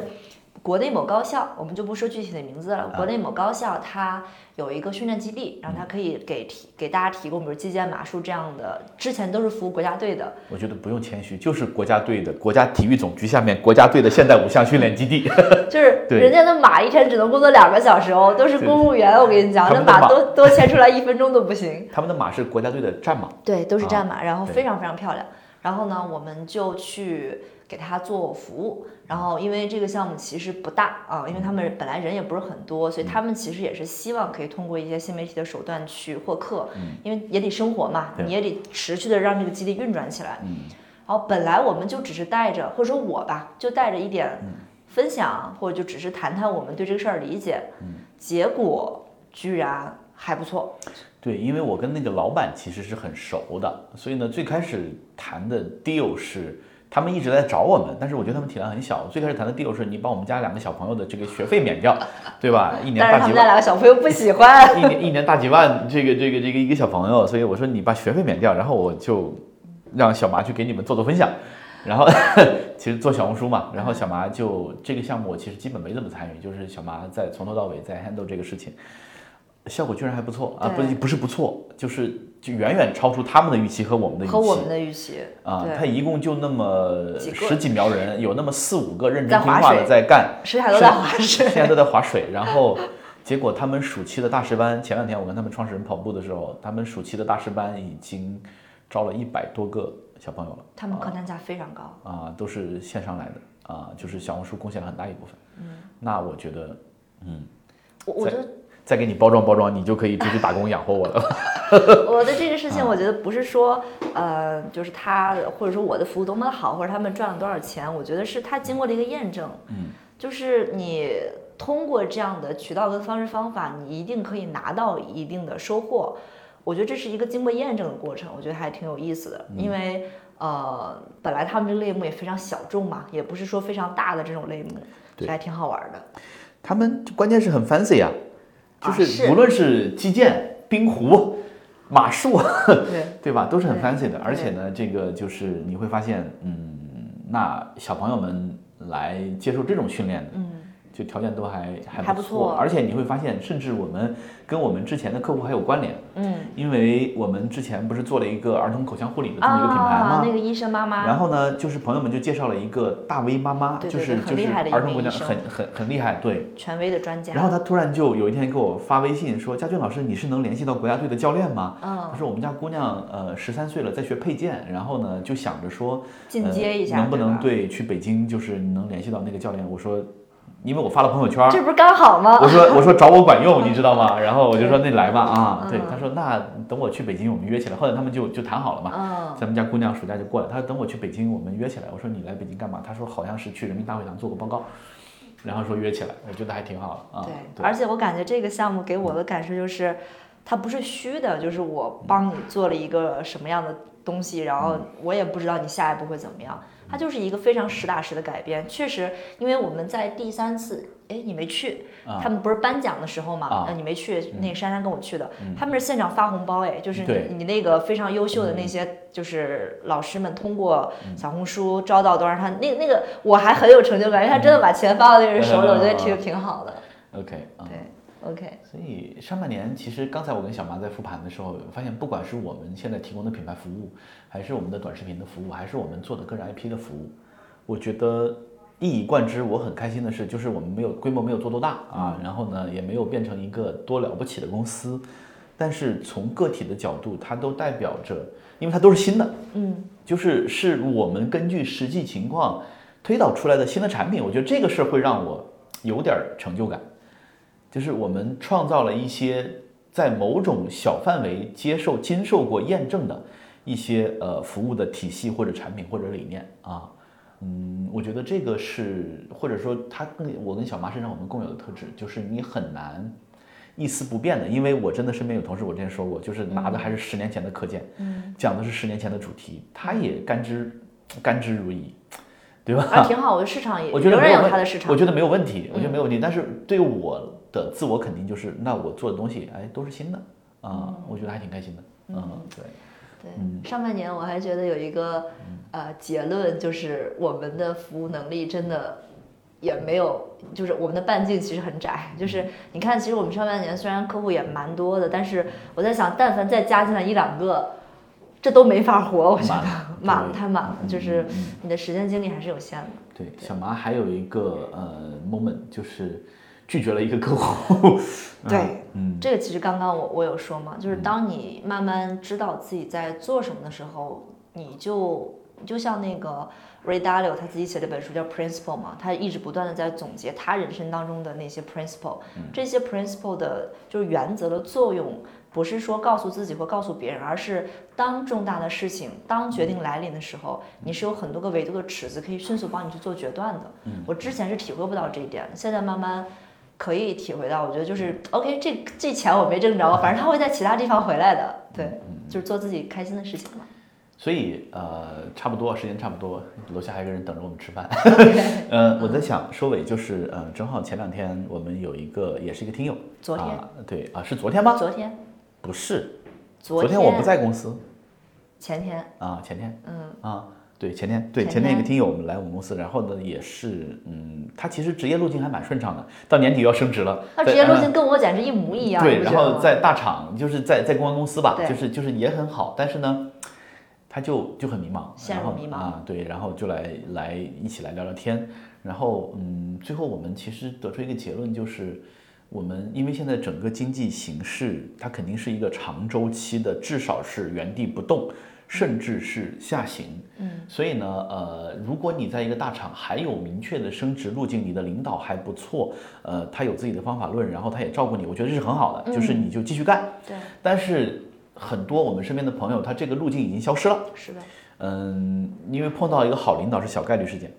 Speaker 2: 国内某高校，我们就不说具体的名字
Speaker 1: 啊
Speaker 2: 了。国内某高校它有一个训练基地，然后它可以给提给大家提供，比如击剑、马术这样的，之前都是服务国家队的，
Speaker 1: 我觉得不用谦虚，就是国家队的国家体育总局下面国家队的现代五项训练基地，
Speaker 2: 就是
Speaker 1: 对
Speaker 2: 人家的马一天只能工作两个小时哦，都是
Speaker 1: 对
Speaker 2: 公务员，我跟你讲，
Speaker 1: 他
Speaker 2: 那
Speaker 1: 们的
Speaker 2: 马
Speaker 1: 马
Speaker 2: 多多牵出来一分钟都不行。
Speaker 1: 他们的马是国家队的战马，
Speaker 2: 对，都是战马，然后
Speaker 1: 啊对
Speaker 2: 非常非常漂亮。然后呢，我们就去给他做服务。然后因为这个项目其实不大啊，因为他们本来人也不是很多，所以他
Speaker 1: 嗯
Speaker 2: 们其实也是希望可以通过一些新媒体的手段去获客，因为也得生活嘛，
Speaker 1: 嗯对
Speaker 2: 你也得持续的让这个基地运转起来。
Speaker 1: 嗯
Speaker 2: 然后本来我们就只是带着，或者说我吧，就带着一点
Speaker 1: 嗯
Speaker 2: 分享，或者就只是谈谈我们对这个事儿理解。
Speaker 1: 嗯
Speaker 2: 结果居然还不错，
Speaker 1: 对，因为我跟那个老板其实是很熟的，所以呢，最开始谈的 deal 是他们一直在找我们，但是我觉得他们体量很小。最开始谈的 deal 是你把我们家两个小朋友的这个学费免掉，对吧？一年
Speaker 2: 但是
Speaker 1: 大
Speaker 2: 他
Speaker 1: 几
Speaker 2: 们家
Speaker 1: 万，
Speaker 2: 两个小朋友不喜欢。
Speaker 1: 一年一年大几万，这个这个这个一个小朋友，所以我说你把学费免掉，然后我就让小麻去给你们做做分享。然后 其实做小红书嘛，然后小麻就这个项目我其实基本没怎么参与，就是小麻在从头到尾在 handle 这个事情，效果居然还不错啊，不
Speaker 2: 对
Speaker 1: 是不是不错，就是就远远超出他们的预期和我们的预期
Speaker 2: 和我们的预期
Speaker 1: 啊，他
Speaker 2: 对，
Speaker 1: 一共就那么
Speaker 2: 几个
Speaker 1: 十几苗人，有那么四五个认
Speaker 2: 在
Speaker 1: 真听
Speaker 2: 划
Speaker 1: 话
Speaker 2: 水
Speaker 1: 的在干，
Speaker 2: 水海都在划水
Speaker 1: 现。在都在划水。然后，结果他们暑期的大师班，前两天我跟他们创始人跑步的时候，他们暑期的大师班已经招了一百多个小朋友了
Speaker 2: 他们客单价非常 高，
Speaker 1: 啊，都是线上来的啊，就是小红书贡献了很大一部分。嗯，那我觉得
Speaker 2: 我我
Speaker 1: 在
Speaker 2: 觉
Speaker 1: 再给你包装包装，你就可以出去打工养活我了。
Speaker 2: 得 我的这个事
Speaker 1: 啊
Speaker 2: 情，我觉得不是说呃，就是他或者说我的服务多么的好，或者他们赚了多少钱，我觉得是他经过了一个验证，
Speaker 1: 嗯，
Speaker 2: 就是你通过这样的渠道跟方式方法，你一定可以拿到一定的收获。我觉得这是一个经过验证的过程，我觉得还挺有意思
Speaker 1: 嗯
Speaker 2: 的，因为。呃，本来他们这个类目也非常小众嘛，也不是说非常大的这种类目，
Speaker 1: 对
Speaker 2: 还挺好玩的。
Speaker 1: 他们关键是很 fancy 啊，就
Speaker 2: 啊
Speaker 1: 是
Speaker 2: 是
Speaker 1: 无论是击剑、冰壶、马 术，
Speaker 2: 对，
Speaker 1: 对吧？都是很
Speaker 2: 嗯对
Speaker 1: fancy 的，而且呢，这个就是你会发现，嗯，那小朋友们来接受这种训练的，嗯，就条件都还还
Speaker 2: 还不错
Speaker 1: 而且你会发现，甚至我们跟我们之前的客户还有关联，
Speaker 2: 嗯，
Speaker 1: 因为我们之前不是做了一个儿童口腔护理的这么一个品牌吗？
Speaker 2: 啊那个医生妈妈，
Speaker 1: 然后呢，就是朋友们就介绍了一个大 V 妈妈，
Speaker 2: 对
Speaker 1: 就
Speaker 2: 对
Speaker 1: 是
Speaker 2: 对
Speaker 1: 就
Speaker 2: 很
Speaker 1: 是
Speaker 2: 厉害的一
Speaker 1: 儿童
Speaker 2: 名
Speaker 1: 国家
Speaker 2: 医生
Speaker 1: 很很很厉害，对。
Speaker 2: 权威的专家，
Speaker 1: 然后他突然就有一天给我发微信说：“佳俊老师，你是能联系到国家队的教练吗？”他
Speaker 2: 嗯，
Speaker 1: 说：“我们家姑娘呃十三岁了，在学配件，然后呢就想着说
Speaker 2: 进
Speaker 1: 呃
Speaker 2: 阶一下，
Speaker 1: 能不能
Speaker 2: 对吧？
Speaker 1: 对去北京，就是你能联系到那个教练？”我说：“因为我发了朋友圈儿，
Speaker 2: 这不是刚好吗？
Speaker 1: 我 说我说找我管用，你知道吗？”然后我就说：“那你来吧啊。”对
Speaker 2: 嗯，
Speaker 1: 他说：“那等我去北京，我们约起来。”后来他们就就谈好了嘛。
Speaker 2: 嗯，
Speaker 1: 咱们家姑娘暑假就过来，她说等我去北京，我们约起来。我说你来北京干嘛？她说好像是去人民大会堂做个报告，然后说约起来，我觉得还挺好的啊。
Speaker 2: 对，
Speaker 1: 对，
Speaker 2: 而且我感觉这个项目给我的感受就是，它不是虚的，就是我帮你做了一个什么样的东西，然
Speaker 1: 嗯
Speaker 2: 后我也不知道你下一步会怎么样，它就是一个非常实打实的改变。确实，因为我们在第三次，哎，你没去，
Speaker 1: 啊
Speaker 2: 他们不是颁奖的时候嘛，
Speaker 1: 啊嗯
Speaker 2: 呃你没去，那个珊珊跟我去的，他们是现场发红包，哎，就是
Speaker 1: 对嗯
Speaker 2: 你你那个非常优秀的那些，就是老师们通过小红书招到多少人，他那那个我还很有成就感，因为他真的把钱发到那个人
Speaker 1: 嗯
Speaker 2: 手里，我觉得挺挺好的。
Speaker 1: OK 啊、
Speaker 2: 对，OK，
Speaker 1: 所以上半年其实刚才我跟小麻在复盘的时候，发现不管是我们现在提供的品牌服务，还是我们的短视频的服务，还是我们做的个人 IP 的服务，我觉得一以贯之。我很开心的是，就是我们没有规模没有做多大啊，然后呢也没有变成一个多了不起的公司，但是从个体的角度，它都代表着，因为它都是新的，
Speaker 2: 嗯，
Speaker 1: 就是是我们根据实际情况推导出来的新的产品，我觉得这个事儿会让我有点儿成就感，就是我们创造了一些在某种小范围接受、经受过验证的一些呃服务的体系或者产品或者理念啊。嗯，我觉得这个是，或者说它跟我跟小麻身上我们共有的特质，就是你很难一丝不变的，因为我真的身边有同事，我之前说过，就是拿的还是十年前的课件，讲的是十年前的主题，他也甘之甘之如饴，对吧？
Speaker 2: 啊，挺好，我的市场也
Speaker 1: 我觉得
Speaker 2: 仍
Speaker 1: 没
Speaker 2: 然
Speaker 1: 有
Speaker 2: 有
Speaker 1: 问
Speaker 2: 它的市场嗯
Speaker 1: 我。觉得没有问题，我觉得没有问题。但是对我的自我肯定就是，那我做的东西，哎，都是新的啊，我觉得还挺开心的。嗯，对，
Speaker 2: 对，上半年我还觉得有一个呃结论，就是我们的服务能力真的也没有，就是我们的半径其实很窄。就是你看，其实我们上半年虽然客户也蛮多的，但是我在想，但凡再加进来一两个，这都没法活，我觉得满
Speaker 1: 满
Speaker 2: 了
Speaker 1: 了
Speaker 2: 太满了，就是你的时间精力还是有限的。
Speaker 1: 对，小麻还有一个呃 moment 就是拒绝了一个客户。
Speaker 2: 对，
Speaker 1: 嗯，
Speaker 2: 这个其实刚刚我我有说嘛，就是当你慢慢知道自己在做什么的时候，你就你就像那个 Ray Dalio 他自己写的本书叫 Principle 嘛，他一直不断的在总结他人生当中的那些 principle，、这
Speaker 1: 嗯
Speaker 2: 些 principle 的就是原则的作用。不是说告诉自己或告诉别人，而是当重大的事情、当决定来临的时
Speaker 1: 嗯
Speaker 2: 候，你是有很多个维度的尺子可以迅速帮你去做决断的。
Speaker 1: 嗯
Speaker 2: 我之前是体会不到这一点，现在慢慢可以体会到。我觉得就是 OK，这这钱我没挣着，反正他会在其他地方回来的。对，
Speaker 1: 嗯
Speaker 2: 就是做自己开心的事情嘛。
Speaker 1: 所以呃，差不多时间差不多，楼下还有个人等着我们吃饭。 呃，我在想收尾就是呃，正好前两天我们有一个也是一个听友，
Speaker 2: 昨天
Speaker 1: 啊对啊是昨天吗？
Speaker 2: 昨天，
Speaker 1: 不是，
Speaker 2: 昨
Speaker 1: 天我不，在公司
Speaker 2: 前天，
Speaker 1: 啊，前天。
Speaker 2: 嗯
Speaker 1: 啊，对，前天对
Speaker 2: 前
Speaker 1: 前天一个
Speaker 2: 天
Speaker 1: 听友我们来我们公司，然后呢也是，嗯，他其实职业路径还蛮顺畅的，到年底要升职了，
Speaker 2: 他
Speaker 1: 对
Speaker 2: 职业路
Speaker 1: 嗯
Speaker 2: 径跟我简直一模一样。
Speaker 1: 对，
Speaker 2: 你不
Speaker 1: 然
Speaker 2: 觉得
Speaker 1: 后
Speaker 2: 吗
Speaker 1: 在大厂就是在在公关公司吧，
Speaker 2: 对
Speaker 1: 就是就是也很好，但是呢，他就就很迷茫，
Speaker 2: 陷入
Speaker 1: 然后
Speaker 2: 迷茫
Speaker 1: 啊，对，然后就来来一起来聊聊天，然后嗯，最后我们其实得出一个结论就是。我们因为现在整个经济形势，它肯定是一个长周期的，至少是原地不动，甚至是下行。
Speaker 2: 嗯，
Speaker 1: 所以呢，呃，如果你在一个大厂还有明确的升职路径，你的领导还不错，呃，他有自己的方法论，然后他也照顾你，我觉得这是很好的，就是你就继续干。
Speaker 2: 嗯对，
Speaker 1: 但是很多我们身边的朋友，他这个路径已经消失了。
Speaker 2: 是的，
Speaker 1: 嗯，因为碰到一个好领导是小概率事件，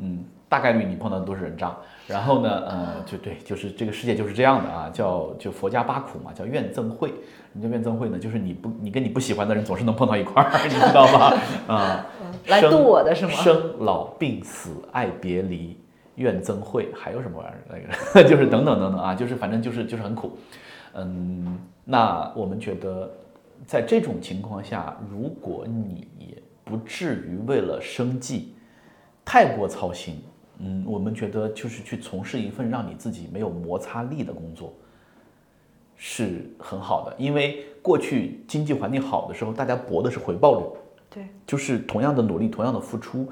Speaker 1: 嗯，大概率你碰到的都是人渣。然后呢，呃，就对，就是这个世界就是这样的啊，叫就佛家八苦嘛，叫怨憎会。什么叫怨憎会呢？就是你不，你跟你不喜欢的人总是能碰到一块儿，你知道吧？啊、
Speaker 2: 来
Speaker 1: 生
Speaker 2: 度我的是吗？
Speaker 1: 生老病死爱别离，怨憎会，还有什么玩意儿那个， 就是等等等等啊，就是反正就是就是很苦。嗯，那我们觉得，在这种情况下，如果你不至于为了生计太过操心，嗯，我们觉得就是去从事一份让你自己没有摩擦力的工作是很好的，因为过去经济环境好的时候，大家搏的是回报率，
Speaker 2: 对，
Speaker 1: 就是同样的努力，同样的付出，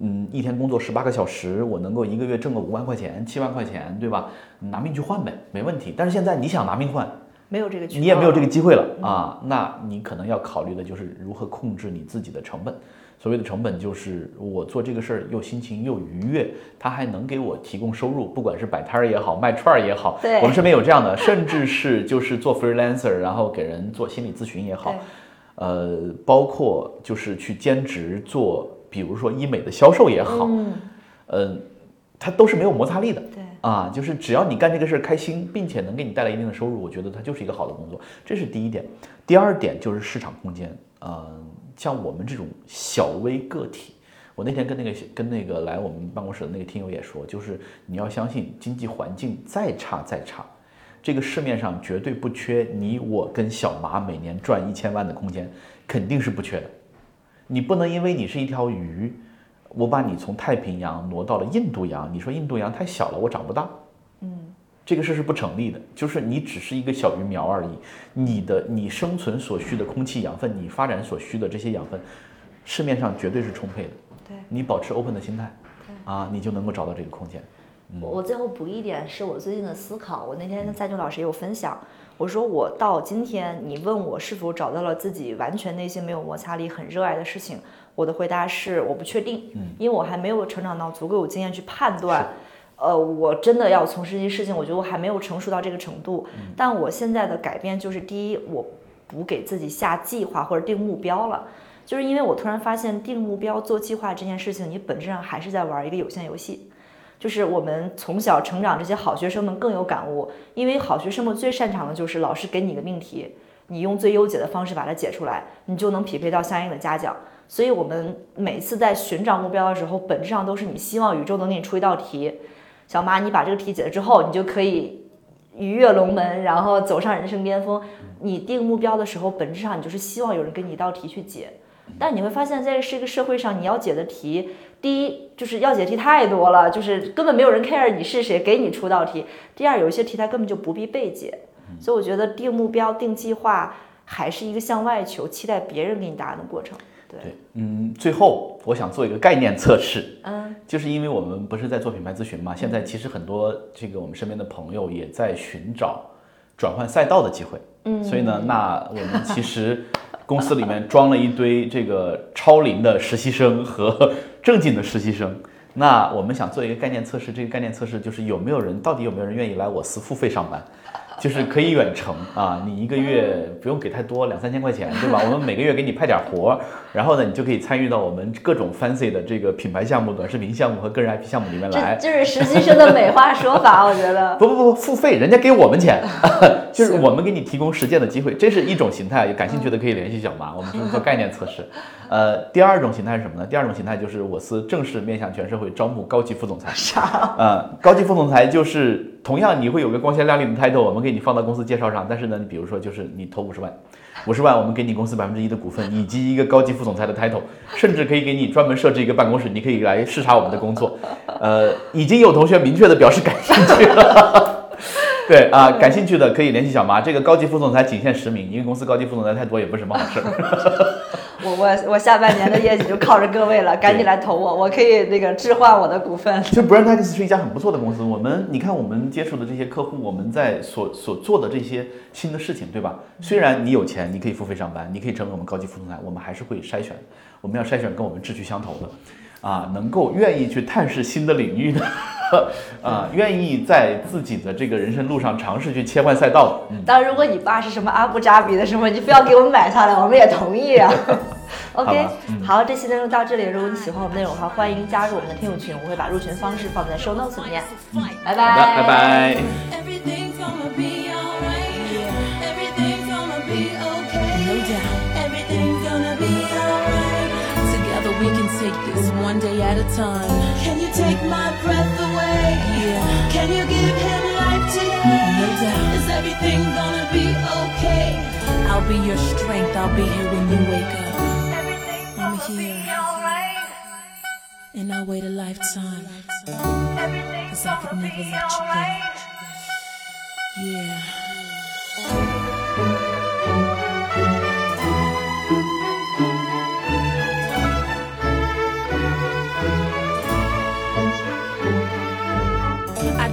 Speaker 1: 嗯，一天工作十八个小时，我能够一个月挣个五万块钱、七万块钱，对吧？拿命去换呗，没问题。但是现在你想拿命换，
Speaker 2: 没嗯有这个渠道，
Speaker 1: 你也没有这个机会了啊。那你可能要考虑的就是如何控制你自己的成本。所谓的成本就是我做这个事儿又心情又愉悦，它还能给我提供收入，不管是摆摊儿也好，卖串儿也好，
Speaker 2: 对
Speaker 1: 我们身边有这样的，甚至是就是做 freelancer，然后给人做心理咨询也好
Speaker 2: 对，
Speaker 1: 呃，包括就是去兼职做，比如说医美的销售也好，
Speaker 2: 嗯，
Speaker 1: 嗯，它都是没有摩擦力的。
Speaker 2: 对，
Speaker 1: 啊，就是只要你干这个事儿开心，并且能给你带来一定的收入，我觉得它就是一个好的工作，这是第一点。第二点就是市场空间，嗯、像我们这种小微个体，我那天跟那个跟那个来我们办公室的那个听友也说，就是你要相信经济环境再差再差，这个市面上绝对不缺你我跟小马每年赚一千万的空间，肯定是不缺的。你不能因为你是一条鱼，我把你从太平洋挪到了印度洋，你说印度洋太小了，我长不大。
Speaker 2: 嗯
Speaker 1: 这个事是不成立的，就是你只是一个小鱼苗而已，你的你生存所需的空气养分，你发展所需的这些养分，市面上绝对是充沛的。
Speaker 2: 对，
Speaker 1: 你保持 open 的心态，啊，你就能够找到这个空间。
Speaker 2: 我我最后补一点是我最近的思考，我那天跟赛俊老师也有分享，我说我到今天，你问我是否找到了自己完全内心没有摩擦力、很热爱的事情，我的回答是我不确定，因为我还没有成长到足够有经验去判断。呃，我真的要从事一些事情，我觉得我还没有成熟到这个程度。但我现在的改变就是，第一，我不给自己下计划或者定目标了，就是因为我突然发现定目标、做计划这件事情，你本质上还是在玩一个有限游戏。就是我们从小成长，这些好学生们更有感悟，因为好学生们最擅长的就是老师给你一个命题，你用最优解的方式把它解出来，你就能匹配到相应的嘉奖。所以，我们每次在寻找目标的时候，本质上都是你希望宇宙能给你出一道题，小马，你把这个题解了之后，你就可以鱼跃龙门，然后走上人生巅峰。你定目标的时候，本质上你就是希望有人给你一道题去解。但你会发现在这个社会上，你要解的题，第一就是要解题太多了，就是根本没有人 care 你是谁，给你出道题。第二，有一些题它根本就不必被解，所以我觉得定目标、定计划还是一个向外求、期待别人给你答案的过程。对，
Speaker 1: 对，嗯，最后我想做一个概念测试，
Speaker 2: 嗯，
Speaker 1: 就是因为我们不是在做品牌咨询嘛，现在其实很多这个我们身边的朋友也在寻找转换赛道的机会，嗯，所以呢，那我们其实公司里面装了一堆这个超龄的实习生和正经的实习生。那我们想做一个概念测试，这个概念测试就是有没有人，到底有没有人愿意来我司付费上班，就是可以远程啊，你一个月不用给太多，两三千块钱，对吧？我们每个月给你派点活儿，然后呢，你就可以参与到我们各种 fancy 的这个品牌项目、短视频项目和个人 IP 项目里面
Speaker 2: 这
Speaker 1: 来。
Speaker 2: 就是实习生的美化说法，我觉得。
Speaker 1: 不不不，付费人家给我们钱， 就是我们给你提供实践的机会，这是一种形态。感兴趣的可以联系小马，我们是做概念测试。呃，第二种形态是什么呢？第二种形态就是我司正式面向全社会招募高级副总裁。
Speaker 2: 啥？
Speaker 1: 呃，高级副总裁就是同样你会有个光鲜亮丽的 title，我们给你放到公司介绍上，但是呢，比如说就是你投五十万，五十万我们给你公司百分之一的股份，以及一个高级副总裁的 title，甚至可以给你专门设置一个办公室，你可以来视察我们的工作。呃，已经有同学明确的表示感兴趣了。 对啊、感兴趣的可以联系小妈。这个高级副总裁仅限十名，因为公司高级副总裁太多也不是什么好 事儿。
Speaker 2: 我我我下半年的业绩就靠着各位了，赶紧来投我，我可以那个置换我的股份。
Speaker 1: 其实 Brand X 是一家很不错的公司。我们你看，我们接触的这些客户，我们在所所做的这些新的事情，对吧？嗯虽然你有钱，你可以付费上班，你可以成为我们高级副总裁，我们还是会筛选，我们要筛选跟我们志趣相投的，啊，能够愿意去探视新的领域的， 啊，愿意在自己的这个人生路上尝试去切换赛道的。嗯
Speaker 2: 当然，如果你爸是什么阿布扎比的什么，你非要给我们买下来，我们也同意 啊。OK，
Speaker 1: 好吧嗯
Speaker 2: 好这期内容到这里。如果你喜欢我们内容的话，欢迎加入我们的听友群，我会把入群方式放在 show notes 里面。
Speaker 1: 嗯
Speaker 2: 拜拜，
Speaker 1: 好的，拜拜。
Speaker 3: Everything's gonna be alright. Everything's gonna be okay. No doubt. Everything's gonna be alright. Together we can take take this one day at a time. Can you take my breath away? Can you give him life today? No doubt. Is everything gonna be okay? I'll be your strength. I'll be here when you wake up.
Speaker 4: Everything's
Speaker 3: I'm
Speaker 4: gonna
Speaker 3: here.
Speaker 4: be alright.
Speaker 3: And I'll wait a lifetime.
Speaker 4: Everything's
Speaker 3: Cause I could
Speaker 4: gonna
Speaker 3: never
Speaker 4: be
Speaker 3: let you go.
Speaker 4: alright.
Speaker 3: Yeah. I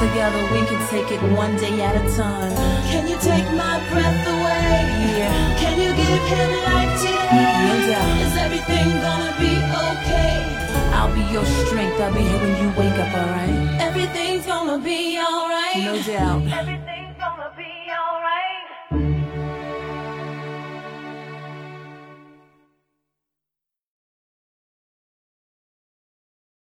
Speaker 3: Together we can take it one day at a time.
Speaker 4: Can you take my breath away?
Speaker 3: Yeah.
Speaker 4: Can you give him life today?
Speaker 3: No doubt.
Speaker 4: Is everything gonna be okay?
Speaker 3: I'll be your strength, I'll be here when you wake up, alright?
Speaker 4: Everything's gonna be alright.
Speaker 3: No doubt.
Speaker 4: Everything's